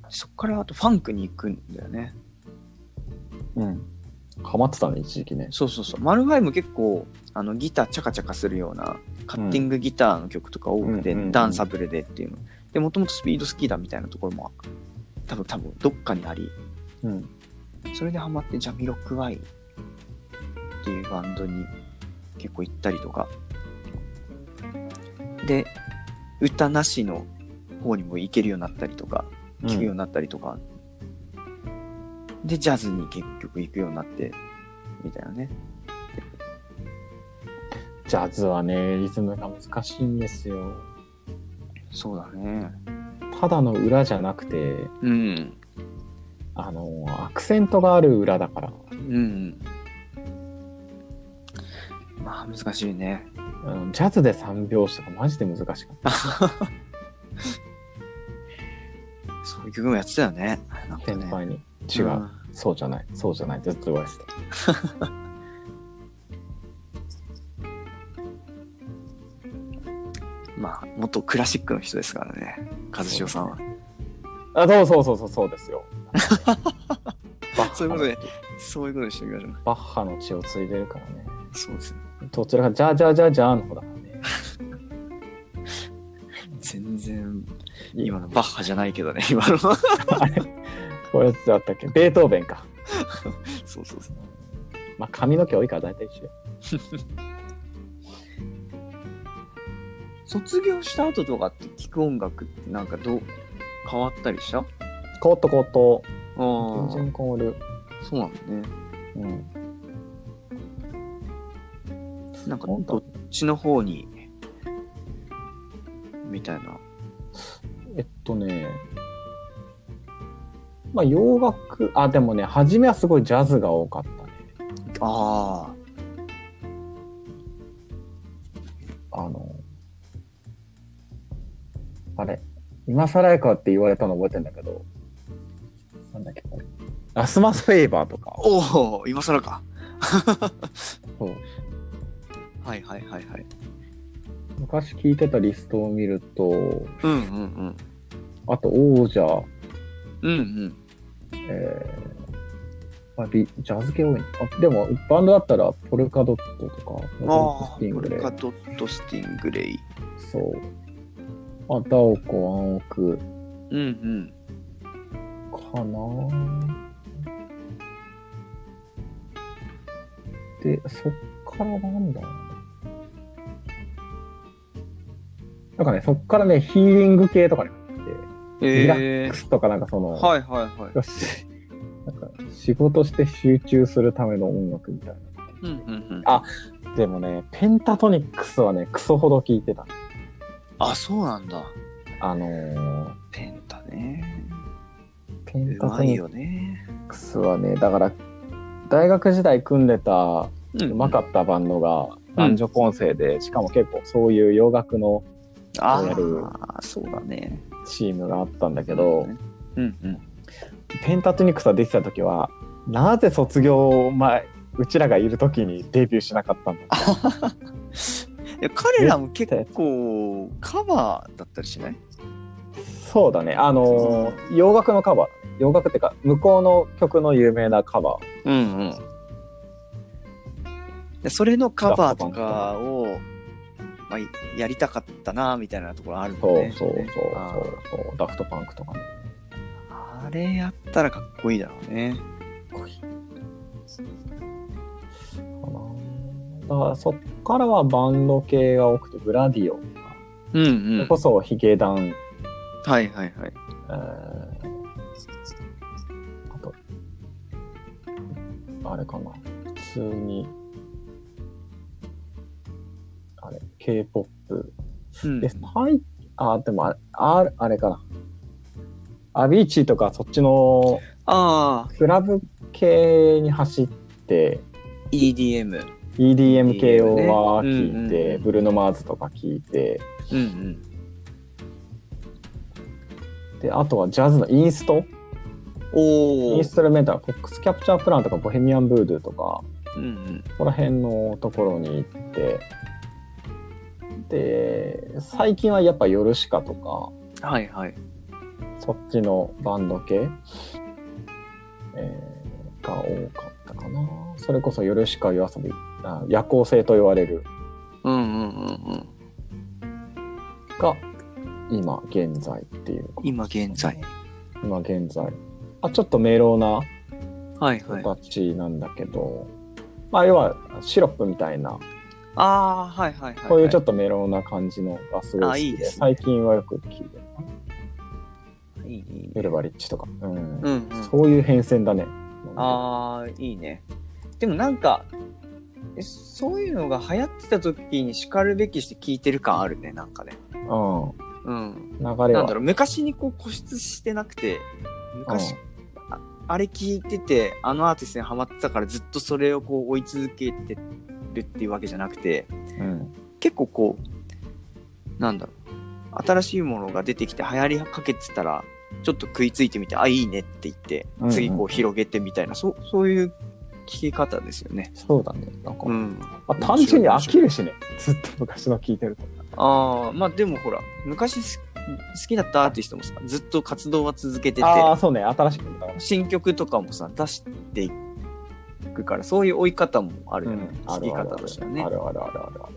S2: そっからあとファンクに行くんだよね。
S1: うん。ハマってたね、一時期ね。
S2: そうそうそう。マルファイも結構あのギターチャカチャカするようなカッティングギターの曲とか多くて、
S1: うんうんうん
S2: ダンサブルでっていうの。で、もともとスピード好きだみたいなところも多分多分どっかにあり、
S1: うん。
S2: それでハマってジャミロクワイっていうバンドに結構行ったりとか。で、歌なしの方にも行けるようになったりとか、聴くようになったりとか。で、ジャズに結局行くようになって、みたいなね。
S1: ジャズはね、リズムが難しいんですよ。
S2: そうだね。
S1: ただの裏じゃなくて、
S2: うん。
S1: あの、アクセントがある裏だから。
S2: うん。まあ、難しいね。
S1: うん、ジャズで3拍子とかマジで難しかった。
S2: そういう曲もやってたよね。なんか
S1: 先
S2: ね。
S1: 輩に。違う。。そうじゃない。そうじゃない。ずっと言われてた。
S2: まあ、元クラシックの人ですからね、和代さんは。
S1: あ、そうそうそうそう、そうですよ。バッハの
S2: そういうことでそういうことにしておきましょう。
S1: バッハの血を継いでるからね。
S2: そうですね。
S1: どちらか、じゃあじゃあじゃあじゃあの方だからね。
S2: 全然、今のバッハじゃないけどね、今の。そう
S1: これだったっけベートーベンか。
S2: そうそう。
S1: まあ髪の毛多いから大体一緒よ。
S2: 卒業した後とかって聞く音楽ってなんかどう、変わったりしたあ
S1: コートコート、
S2: あ、
S1: 全
S2: そ
S1: 然コール。
S2: うなんだね。
S1: うん。
S2: なんか、
S1: 本
S2: どっ
S1: 当
S2: ちの方に、みたいな。
S1: えっとね、まあ洋楽、あ、でもね、初めはすごいジャズが多かったね。
S2: ああ、
S1: あの、あれ、今更やかって言われたの覚えてんだけど、なんだっけ、これ。ラスマス・フェイバーとか。
S2: おお、今更か。
S1: そう
S2: はいはいはいはい。
S1: 昔聞いてたリストを見ると、
S2: うんうん
S1: あと王者、
S2: うん。うんうん。
S1: えーまあ、ビジャズ系多いなあでもバンドだったらポルカドットとか
S2: ああ、
S1: ス
S2: ポ
S1: ティング
S2: ル
S1: で
S2: カドットスティングレイ。
S1: そうあダオコワンオク
S2: うんうん。
S1: かなでそっからなんだろうななんかねそっからねヒーリング系とかねリラ
S2: え
S1: ッ
S2: え
S1: クスとかなんかその、
S2: はいはいはい。
S1: よしなんか仕事して集中するための音楽みたいな
S2: うんうんうん。
S1: でもね、ペンタトニックスはね、クソほど聞いてた。
S2: あ、そうなんだ。
S1: あのー、
S2: ペンタね。
S1: ペン
S2: う
S1: タト
S2: まい
S1: ニッ
S2: よね。
S1: クスはね、だから、大学時代組んでた、
S2: う
S1: うまか
S2: っ
S1: ったバンドが、男女混成で、しかも結構そういう洋楽の
S2: たあ
S1: やる
S2: あ、そうだね。
S1: チームがあったんだけど、
S2: うんうん。
S1: ペンタトニックスができた時は、なぜ卒業前、うちらがいる時にデビューしなかったんだ
S2: あははいや彼らも結構カバーだったりしない
S1: そうだね、あのー洋楽のカバーだね、洋楽ってか、向こうの曲の有名なカバー。
S2: うんうんで。それのカバーとかを、まあ、やりたかったなみたいなところあるもん
S1: そう
S2: ね。
S1: そうそう
S2: あ
S1: そうそう、ダフトパンクとかね。
S2: ーあれやったらかっこいいだろうね。
S1: かなだからそっからはバンド系が多くてグラディオとか、
S2: うん
S1: そうれ
S2: ん。
S1: こそヒゲダン、
S2: はいはいはい。
S1: えーあとあれかな普通にあれ k p o p
S2: うん
S1: で最あでもあれあれあれかなアビーチとかそっちの
S2: ああ、
S1: クラブ系に走って
S2: EDM。
S1: EDM 系をは聞い
S2: いいよね
S1: て、
S2: うんうん
S1: ブルーノ・マーズとか聞いて
S2: うんうん。
S1: であとはジャズのインストイ
S2: おお
S1: ン。ストルメンタルフォックス・キャプチャー・プランとかボヘミアン・ブードゥとか
S2: うんうん。
S1: ここら辺のところに行ってで最近はやっぱヨルシカとか
S2: はいはい。
S1: そっちのバンド系、えーが多かったかなそれこそヨルシカ夜遊びあ夜行性と言われる
S2: うんうんうんうん。
S1: が今現在っていう
S2: 今現在。
S1: 今現在あちょっとメロな
S2: はいはい。
S1: 人たちなんだけど、まあ要はシロップみたいな
S2: ああ、はいはいはい、はい。
S1: こういうちょっとメロな感じのがすごい好
S2: あい
S1: き
S2: いで
S1: です
S2: ね
S1: 最近はよく聞いてる
S2: と。いいねいいね
S1: ウルバリッチとか、うん
S2: うんうん。
S1: そういう変遷だね
S2: ああ、いいね。でもなんか、えそういうのが流行ってた時に叱るべきして聞いてる感あるね、なんかね。
S1: うん
S2: う
S1: 流
S2: ん。
S1: れ
S2: なんだ
S1: は
S2: ろう、昔にこう固執してなくて、昔、ああれ聞いてて、あのアーティストにハマってたからずっとそれをこう追い続けてるっていうわけじゃなくて、
S1: うん
S2: 結構こう、なんだろう、新しいものが出てきて流行りかけてたら、ちょっと食いついてみて、あ、いいねって言って
S1: うんう、ん
S2: 次こう広げてみたいな、そうそういう聞き方ですよね。
S1: そうだねなんか、
S2: うん。
S1: あ単純に飽きるしねずっと昔の聞いてると
S2: ああ、まあでもほら、昔す好きだったアーティストもさ、ずっと活動は続けてて、
S1: ああそうね新しく見たから
S2: 新曲とかもさ、出していくから、そういう追い方もあるよね。
S1: ある
S2: 聞き
S1: あ
S2: 方
S1: る
S2: としてはね
S1: あ。るあるあるあるある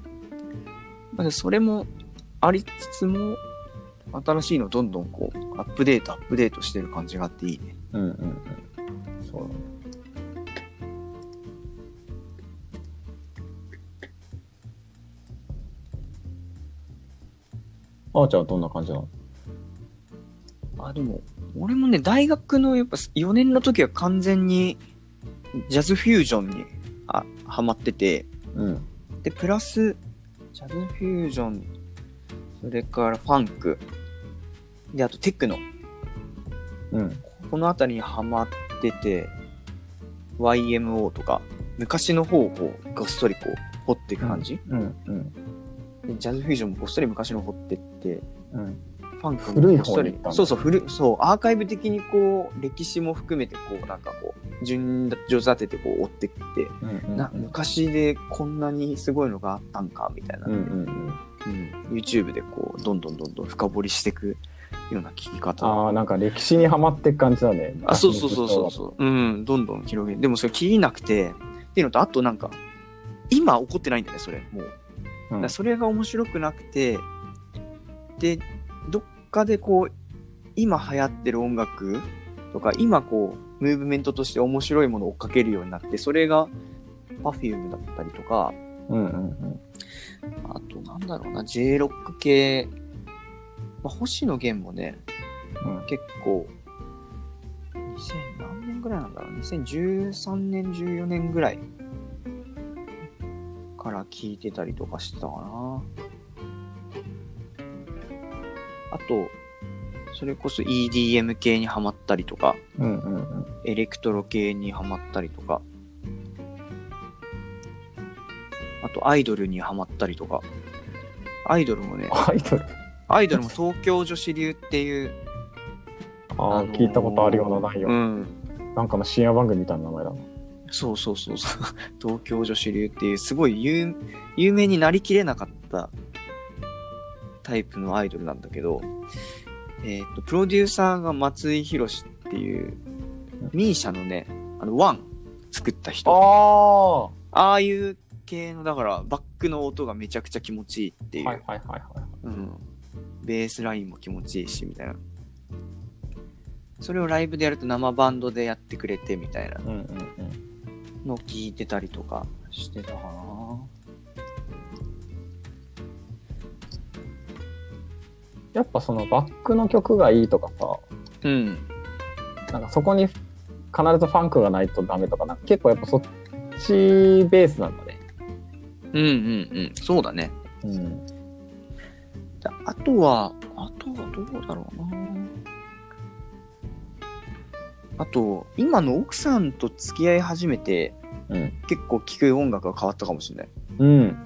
S2: まあそれもありつつも、新しいのどんどんこう、アップデート、アップデートしてる感じがあっていいね。
S1: うんうんうんそうだねあーちゃんはどんな感じなの
S2: あ、でも、俺もね、大学のやっぱ4年の時は完全にジャズフュージョンにあハマってて、
S1: うん
S2: で、プラス、ジャズフュージョン、それからファンク、で、あとテクノ、
S1: うん
S2: この辺りにハマってて、YMO とか、昔の方をこう、ごっそりこう、掘っていく感じ、
S1: うんうん
S2: でジャズフュージョンもごっそり昔の掘ってって、
S1: うん
S2: ファンクも
S1: 古い
S2: こっそ
S1: 方に
S2: り
S1: 行ったんだ
S2: そうそう、古い、そう、アーカイブ的にこう、歴史も含めて、こう、なんかこう、順序立ててこう、追ってって、
S1: うんうん
S2: な昔でこんなにすごいのがあったんか、みたいな、
S1: うんうんうん
S2: うん、YouTube でこうどんどんどんどん深掘りしていくような聞き方
S1: ああ、なんか歴史にはまってく感じだね。
S2: あ、そうそうそうそうそう。うん、どんどん広げる。でもそれ切りなくて、っていうのと、あとなんか、今起こってないんだよね、それ。もう。
S1: うん
S2: だからそれが面白くなくて、で、どっかでこう、今流行ってる音楽とか、今こう、ムーブメントとして面白いものを追っかけるようになって、それが Perfume だったりとか、
S1: うんうん
S2: あとなんだろうな、J ロック系、まあ、星野源もね、
S1: うん
S2: 結構、2000何年ぐらいなんだろう、2013年、14年ぐらいから聞いてたりとかしてたかな。あと、それこそ EDM 系にハマったりとか、
S1: うん。うんうんうん。
S2: エレクトロ系にハマったりとか、あとアイドルにハマったりとか、アイドルもね、
S1: アイドル。
S2: アイドルも東京女子流っていう、
S1: ああ、
S2: のー
S1: 聞いたことあるようなないよ。
S2: うん、
S1: なんかの深夜番組みたいな名前だな。
S2: そうそうそうそう、 東京女子流っていう、すごい有有名になりきれなかったタイプのアイドルなんだけど、えーっと、プロデューサーが松井宏っていう、ミーシャのね、あの、ワン作った人。
S1: あ
S2: ああいう系の、だから、バックの音がめちゃくちゃ気持ちいいっていう。
S1: はいはいはいはい。
S2: うん。ベースラインも気持ちいいし、みたいな。それをライブでやると生バンドでやってくれて、みたいな
S1: うんうん
S2: のを聞いてたりとかしてたかな。
S1: やっぱそのバックの曲がいいとか
S2: うん。
S1: さ、なんかそこに必ずファンクがないとダメとか、なんか結構やっぱそっちベースなんだね。
S2: うんうんうん。そうだね。
S1: うん。
S2: であとは、あとはどうだろうな。あと、今の奥さんと付き合い始めて、
S1: うん。
S2: 結構聴く音楽が変わったかもしれない。
S1: うん。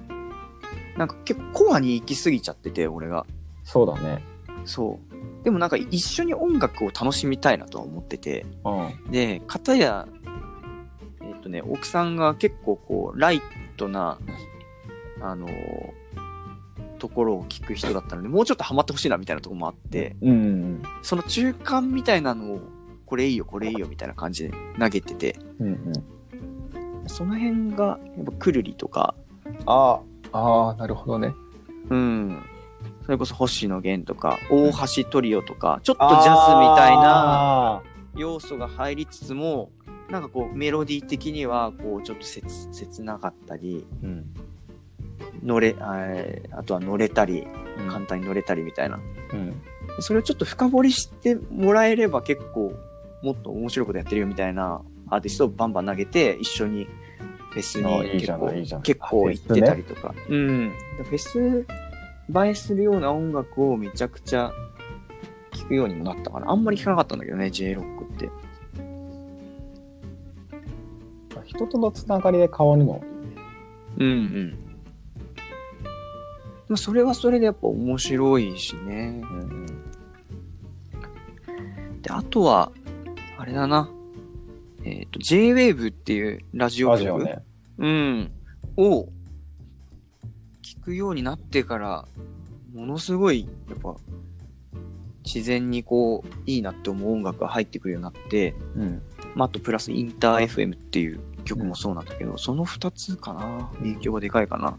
S2: なんか結構コアに行き過ぎちゃってて、俺が。
S1: そうだね。
S2: そう。でもなんか一緒に音楽を楽しみたいなとは思ってて。
S1: うん。
S2: で、片や、えっ、とね、奥さんが結構こう、ライトな、あのーところを聞く人だったので、もうちょっとハマってほしいなみたいなところもあって、
S1: うん
S2: その中間みたいなのを、これいいよ、これいいよみたいな感じで投げてて、
S1: うん。うんうん。
S2: その辺が、やっぱくるりとか、
S1: ああ、ああ、なるほどね。
S2: うん。それこそ星野源とか、大橋トリオとか、ちょっとジャズみたいな
S1: な。
S2: 要素が入りつつも、なんかこうメロディー的にはこうちょっと切切なかったり、
S1: うん。
S2: 乗れ、あーあとは乗れたり、
S1: うん
S2: 簡単に乗れたりみたいな。
S1: うん。
S2: それをちょっと深掘りしてもらえれば結構もっと面白いことやってるよみたいなアーティストをバンバン投げて一緒にフェス
S1: あ
S2: に
S1: いいじ
S2: 結
S1: ゃない
S2: 構
S1: いいじゃない
S2: 結
S1: あ
S2: 構
S1: フェ
S2: 行
S1: スね
S2: ってたりとか。うん。でフェス映えするような音楽をめちゃくちゃ聞くようにもなったかな。あんまり聞かなかったんだけどね、J ロックって。
S1: 人とのつながりで変わるの。
S2: うんうん。まあ、それはそれでやっぱ面白いしね。
S1: うん。
S2: で、あとは、あれだな。えっ、と、J-Wave っていうラジオ
S1: ラ
S2: 局
S1: ジオね。
S2: うん。を、聞くようになってから、ものすごい、やっぱ、自然にこう、いいなって思う音楽が入ってくるようになって、
S1: うん。
S2: まあ、あとプラスインター FM っていう曲もそうなんだけど、その2つかな。影響がでかいかな。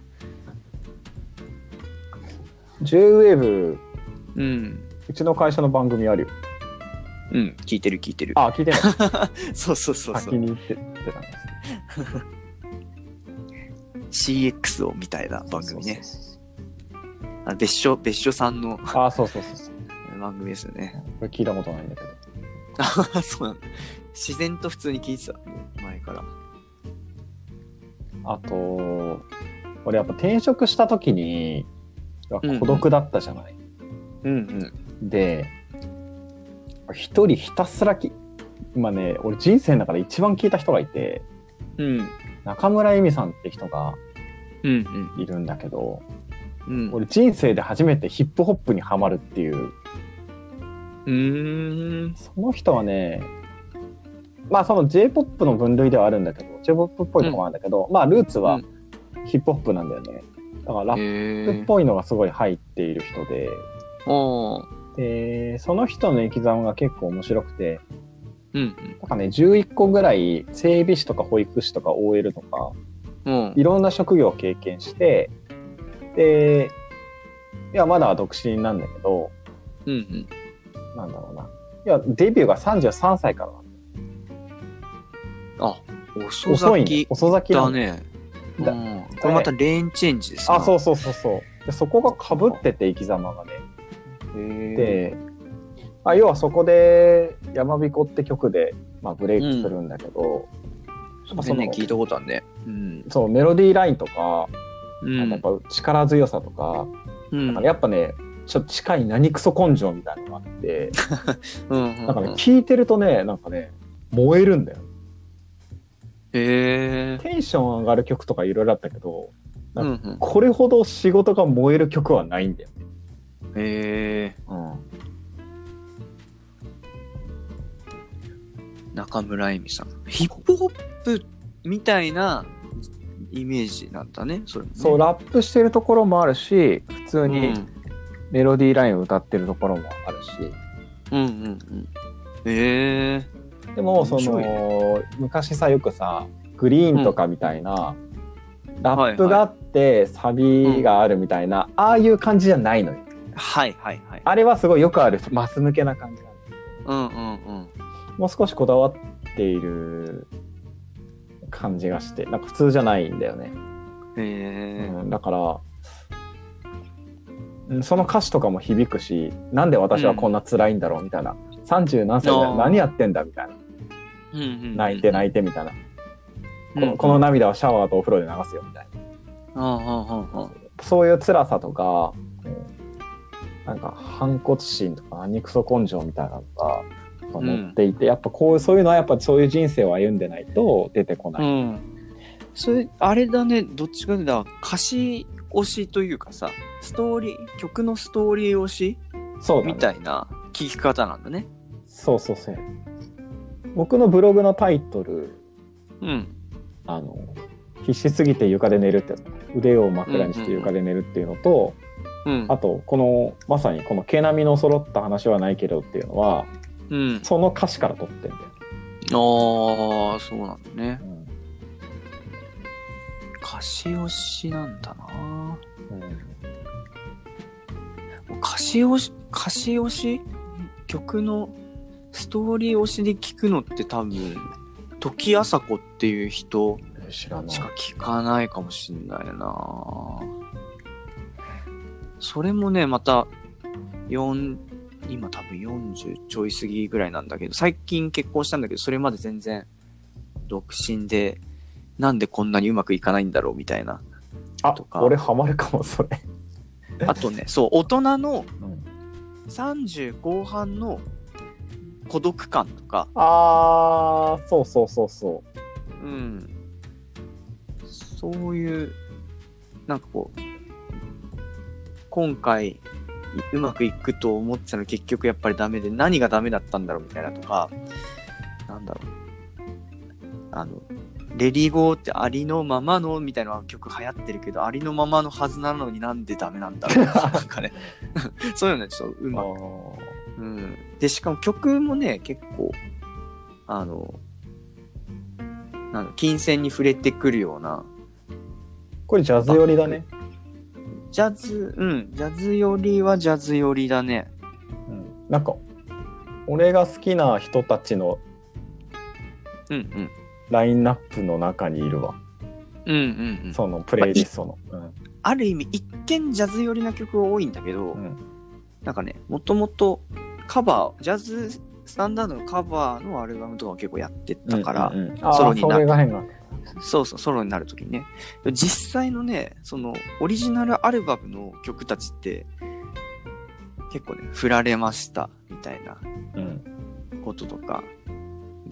S1: J-Wave、
S2: うん。
S1: うちの会社の番組あるよ。
S2: うん、聞いてる聞いてる。
S1: あ、聞いてない。
S2: そうそうそうそ
S1: 先
S2: う。
S1: に言ってってたんです
S2: CX をみたいな番組ね。
S1: そうそう
S2: あ別所、別所さんの
S1: そう。あ、そうそうそうそう。
S2: 番組ですよね。
S1: これ聞いたことないんだけど。
S2: あそうなんだ。自然と普通に聞いてた。前から。
S1: あと、俺やっぱ転職した時に、
S2: うん
S1: 孤独だったじゃない。
S2: うんうん。
S1: で、一人ひたすらき、今ね、俺人生の中で一番聞いた人がいて、
S2: うん。
S1: 中村恵美さんって人が
S2: うん
S1: いるんだけど、
S2: うん。うん。
S1: 俺人生で初めてヒップホップにハマるっていう、
S2: うーん。
S1: その人はね、まあその J-POP の分類ではあるんだけど、J-POP っぽいとこもあるんだけど、まあルーツは
S2: うん
S1: ヒップホップなんだよね。だからラップっ
S2: え。
S1: ぽいのがすごい入っている人で、
S2: おー
S1: で、その人の生き様が結構面白くて、
S2: うん
S1: なんかね、11個ぐらい整備士とか保育士とか OL とか、
S2: うん。うん。
S1: いろんな職業を経験して、で、いや、まだ独身なんだけど、
S2: うんうん。
S1: なんだろうな。いや、デビューが33歳からなんだ
S2: あ、遅
S1: 遅いね
S2: 咲。き
S1: 遅咲きな
S2: だ
S1: んだ
S2: ね。う
S1: だ
S2: ん。これまたレーンチェンジです。
S1: あ、そううそうそうそう。でそこが被ってて、生き様がね。
S2: へ
S1: で、あ要はそこで「やまびこ」って曲で、まあ、ブレイクするんだけど、
S2: え。そね、聞いたことあるね。うん。
S1: そうメロディーラインとか、
S2: う
S1: あ
S2: ん
S1: のやっぱ力強さとか、
S2: うん。
S1: やっぱねちょっと近い何クソ根性みたいなのがあって
S2: うんうん
S1: なんか
S2: う
S1: ね
S2: ん。
S1: 聴いてるとねなんかね燃えるんだよ
S2: へえ。
S1: テンション上がる曲とかいろいろあったけど
S2: うんうん。
S1: これほど仕事が燃える曲はないんだよ、ね
S2: へえ。中村恵美さん。ヒップホップみたいなイメージなんだね、それもね。
S1: そうラップしてるところもあるし普通
S2: うん
S1: にメロディーラインを歌ってるところもあるし、
S2: うんうんうん。へえ。
S1: でもそ
S2: 面白い
S1: の昔さよくさグリーンとかみたいな、ラップがあってサビがあるみたいな、ああいう感じじゃないのよ
S2: はいはいはい。
S1: あれはすごいよくあるマス向けな感じなんだけ
S2: うんうんうん。
S1: どもう少しこだわっている感じがしてなんか普通じゃないんだよね、
S2: へえ。
S1: うん、だからうんその歌詞とかも響くしなんで私はこんな辛いんだろうみたいな、30何歳で
S2: あー
S1: 何やってんだみたいな
S2: うんうんうん
S1: 泣いて泣いてみたいな、こ
S2: う
S1: の
S2: ん
S1: この涙はシャワーとお風呂で流すよみたいな
S2: うんうんうんうん
S1: そういう辛さとか、こうなんか反骨心とか何クソ根性みたいなのが乗っていて、やっぱこうやっぱこうそういうのはやっぱそういう人生を歩んでないと出てこない。
S2: うん。それ、あれだね、どっちかっていうと歌詞推しというかさ、ストーリー、曲のストーリー推し
S1: そうだね
S2: みたいな聞き方なんだね。
S1: そうそうそう。僕のブログのタイトル、
S2: うん。
S1: あの、必死すぎて床で寝るってやつ腕を枕にして床で寝るっていうのと、
S2: うん
S1: あ。と、この、まさにこの毛並みの揃った話はないけどっていうのは、
S2: うん。
S1: その歌詞から取ってんだよ。
S2: ああ、そうなんだね。
S1: うん
S2: 歌詞推しなんだな。歌詞推し、歌詞推し曲のストーリー推しで聞くのって多分、時あさこっていう人
S1: うん知らない
S2: し。か聞かないかもしんないなそれもね、また、4、今多分40ちょい過ぎぐらいなんだけど、最近結婚したんだけど、それまで全然独身で、なんでこんなにうまくいかないんだろうみたいな。
S1: あ
S2: と、か
S1: 俺ハマるかも、それ。
S2: あとね、そう、大人の30後半の孤独感とか、
S1: あーそうそうそうそ
S2: うん、そういうなんかこう今回うまくいくと思ってたのに結局やっぱりダメで何がダメだったんだろうみたいなとかなんだろうあの「レディーゴー」ってありのままのみたいな曲流行ってるけどありのままのはずなのになんでダメなんだろうなんかね そういうのねちょっとう
S1: う。
S2: まくうん、でしかも曲もね結構あのなんだ金銭に触れてくるような
S1: これジャズ寄りだね。
S2: ジャズうんジャズよりはジャズよりだね
S1: うん、なんか俺が好きな人たちの
S2: うんうん
S1: ラインナップの中にいるわ。
S2: うんうんうん
S1: そのプレイリストの。うん
S2: ある意味一見ジャズ寄りな曲が多いんだけど、
S1: うん
S2: なんかねもともとカバージャズスタンダードのカバーのアルバムとかを結構やってたから、
S1: うんうんあー
S2: ソロになる
S1: それが変な。
S2: そうそう、ソロになるときにね。実際のね、その、オリジナルアルバムの曲たちって、結構ね、振られました、みたいな
S1: うん
S2: こととか、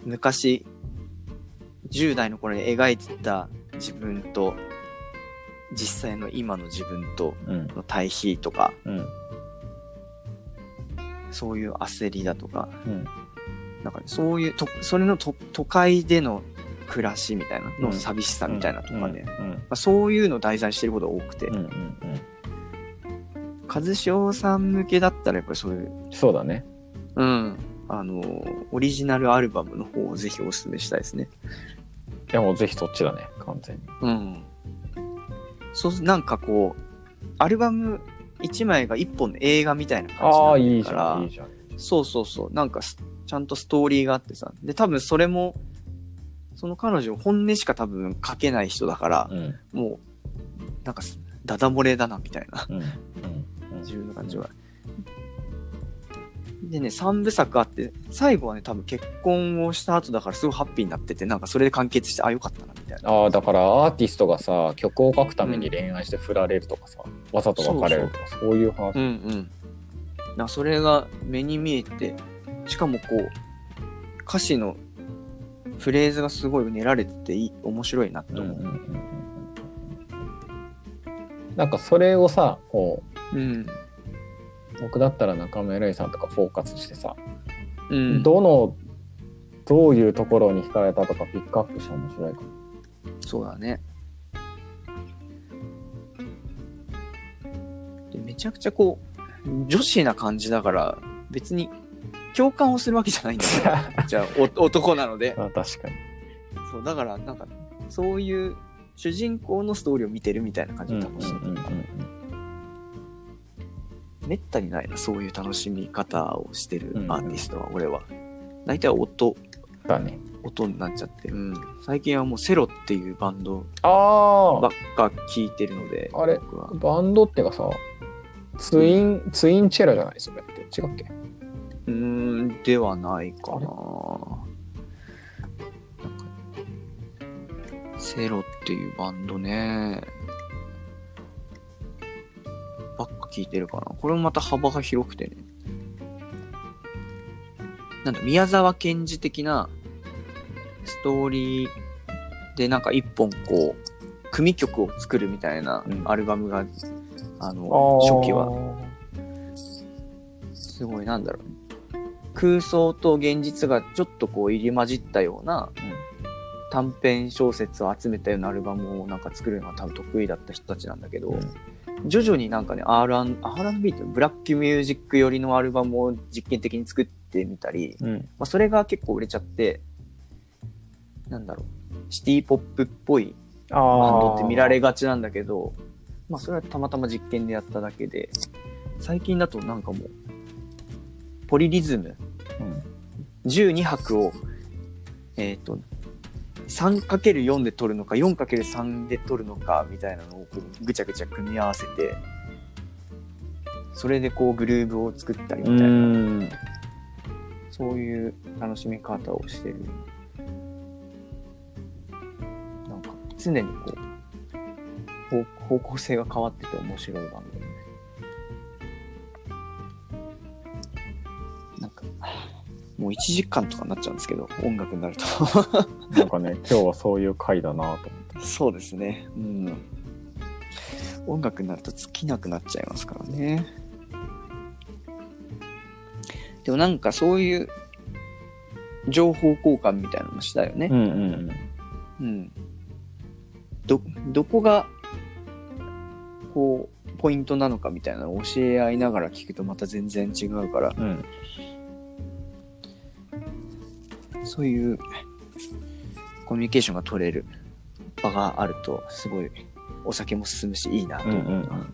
S2: 昔、10代の頃に描いてた自分と、実際の今の自分と
S1: うん
S2: の対比とか、
S1: うん
S2: そういう焦りだとか、
S1: うん
S2: なんかねそういうと、それのと都会での暮らしみたいなの寂しさみたいなとかね、ま
S1: うん
S2: あ、そういうのを題材にしてることが多くて、
S1: うんうんうんうん
S2: 和潮さん向けだったらやっぱりそういう、
S1: そうだね
S2: うん、あのオリジナルアルバムの方をぜひお勧めしたいですね。
S1: いやもうぜひそっちだね完全に
S2: うん。そうす、なんかこう、アルバム1枚が1本の映画みたいな感じに
S1: ああ
S2: ないっ
S1: い
S2: て
S1: じ
S2: る
S1: ゃんいい
S2: か
S1: じゃん
S2: ら、そうそうそう、なんかすちゃんとストーリーがあってさ、で、多分それも、その彼女本音しか多分書けない人だから、
S1: うん
S2: もう、なんかす、ダダ漏れだな、みたいな、
S1: うんうん
S2: 自分の感じは。でね、3部作あって、最後はね、多分結婚をした後だから、すごいハッピーになってて、なんかそれで完結して、あ、よかったな、みたいな。
S1: ああだからアーティストがさ曲を書くために恋愛して振られるとかさ、わざと別れるとかそういう話、
S2: うんうん。なそれが目に見えて、しかもこう、歌詞のフレーズがすごい練られてていい面白いなと思う。
S1: なんかそれをさこ
S2: うん。
S1: う僕だったら中村瑠衣さんとかフォーカスしてさ、
S2: うん。
S1: どのどういうところに惹かれたとかピックアップして面白い かも
S2: そうだね。でめちゃくちゃこう、女子な感じだから、別に共感をするわけじゃないんだ けどじゃあお男なので。
S1: あ確かに
S2: そう、だからなんか、そういう主人公のストーリーを見てるみたいな感じで楽しんでるから。めったにないなそういう楽しみ方をしてるアーティストは、俺は大体音
S1: だね
S2: 音になっちゃって、うん、最近はもうセロっていうバンド
S1: あ
S2: ばっか聴いてるので
S1: あれ
S2: 僕は
S1: あバンドってかさツイン、ツインチェラじゃないそれって違うっけ
S2: うーんではないかな
S1: あれ
S2: なんかセロっていうバンドねばっか聴いてるかなこれもまた幅が広くてねなんだ宮沢賢治的なストーリーでなんか一本こう組曲を作るみたいな
S1: うん
S2: アルバムが、あ
S1: あ
S2: の
S1: ー
S2: 初期はすごいなんだろうね空想と現実がちょっとこう入り混じったような短編小説を集めたようなアルバムをなんか作るのが多分得意だった人たちなんだけど、徐々になんかね R&- R&B ってブラックミュージック寄りのアルバムを実験的に作ってみたり、
S1: うん
S2: まあ、それが結構売れちゃってなんだろうシティポップっぽい
S1: あ
S2: バン
S1: ー
S2: ドって見られがちなんだけど、まあそれはたまたま実験でやっただけで、最近だとなんかもう、ポリリズム、
S1: うん
S2: 12拍を、えっ、と、3×4 で取るのか、4×3 で取るのか、みたいなのをこうぐちゃぐちゃ組み合わせて、それでこうグルーブを作ったりみたいな、
S1: うん
S2: そういう楽しみ方をしてる。なんか、常にこう、方方向性が変わってて面白い番組ね。なんか、もう1時間とかになっちゃうんですけど、音楽になると。
S1: なんかね、今日はそういう回だなと思って。
S2: そうですね。うん。音楽になると尽きなくなっちゃいますからね。でもなんかそういう情報交換みたいなのもしたよね。
S1: んうん
S2: うん。ど、どこが、こう、ポイントなのかみたいなのを教え合いながら聞くとまた全然違うから、
S1: うん。
S2: そういうコミュニケーションが取れる場があると、すごいお酒も進むし、いいなと
S1: うんう
S2: 思
S1: ん
S2: うな。
S1: うん。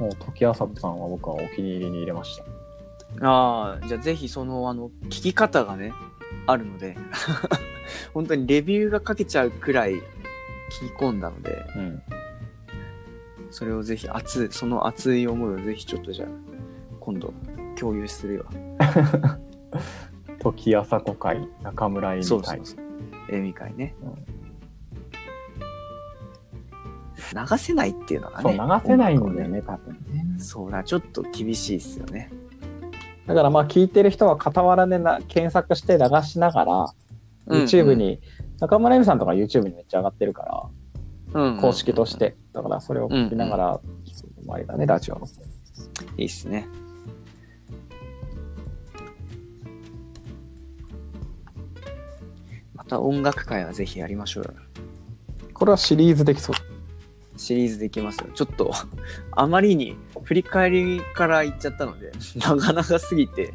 S1: もう時あさこさんは僕はお気に入りに入れました。
S2: ああ、じゃあぜひその、あの、聞き方がね、あるので、 本当にレビューが書けちゃうくらい聞き込んだので、
S1: うん。
S2: それをぜひ熱い、その熱い思いをぜひちょっとじゃあ、今度共有するよ。
S1: 時あさこ会、中村恵美会。
S2: そうそうそう。えみ会ね。
S1: うん
S2: 流せないっていうのが
S1: そう
S2: ね。
S1: 流せないんだよ
S2: 音楽をね。
S1: ね、多分ね。
S2: そうだ、ちょっと厳しいっすよね。
S1: だからまあ聞いてる人は傍らでな検索して流しながら、YouTube に、中村恵美さんとか YouTube にめっちゃ上がってるから、
S2: うん
S1: 公式として。だからそれを聞きながら聞くのもありだね、ラジオの。
S2: いいっすね。また音楽会はぜひやりましょうよ。
S1: これはシリーズできそう。
S2: シリーズできますよ。ちょっと、 あまりに振り返りから言っちゃったので、 長々すぎて、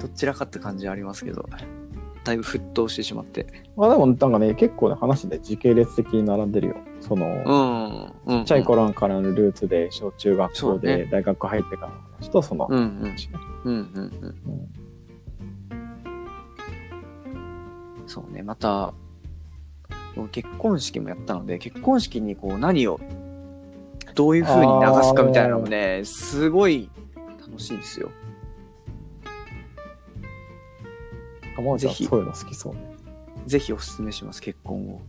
S2: どちらかって感じありますけど、だいぶ沸騰してしまって。
S1: まあでもなんかね、結構ね、話で時系列的に並んでるよ。その、
S2: うん。う
S1: ちっ
S2: ん
S1: ちゃい。頃からのルーツで、小中学校
S2: そう
S1: で、
S2: ね
S1: 大学入ってからの話と、その
S2: うんうん。
S1: 話ね、
S2: うんうんうん。
S1: うん
S2: そうね、また、結婚式もやったので、結婚式にこう何を、どういう風に流すかみたいなのもね、すごい楽しいですよ。
S1: あもうじゃあ
S2: ぜひ
S1: そういうの好きそうね。
S2: ぜひおすすめします、結婚を。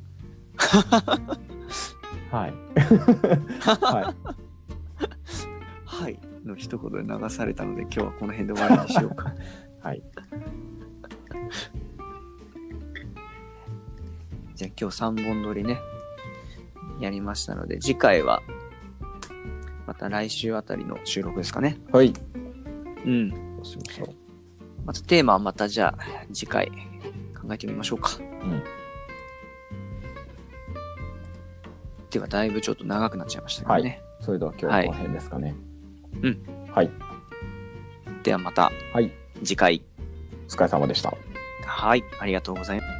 S1: はい。は
S2: はい。の一言で流されたので、今日はこの辺で終わりにしようか。
S1: い。はい。
S2: じゃあ今日3本撮りね、やりましたので、次回は、また来週あたりの収録ですかね。
S1: はい。
S2: うん。
S1: どうしましょう。
S2: またテーマはまたじゃあ次回考えてみましょうか。
S1: ん
S2: ではだいぶちょっと長くなっちゃいましたけどね。
S1: それでは今日はこの辺ですかね。
S2: う
S1: はい。
S2: ではまた
S1: はい。
S2: 次回。
S1: お疲れ様でした。
S2: はい、ありがとうございます。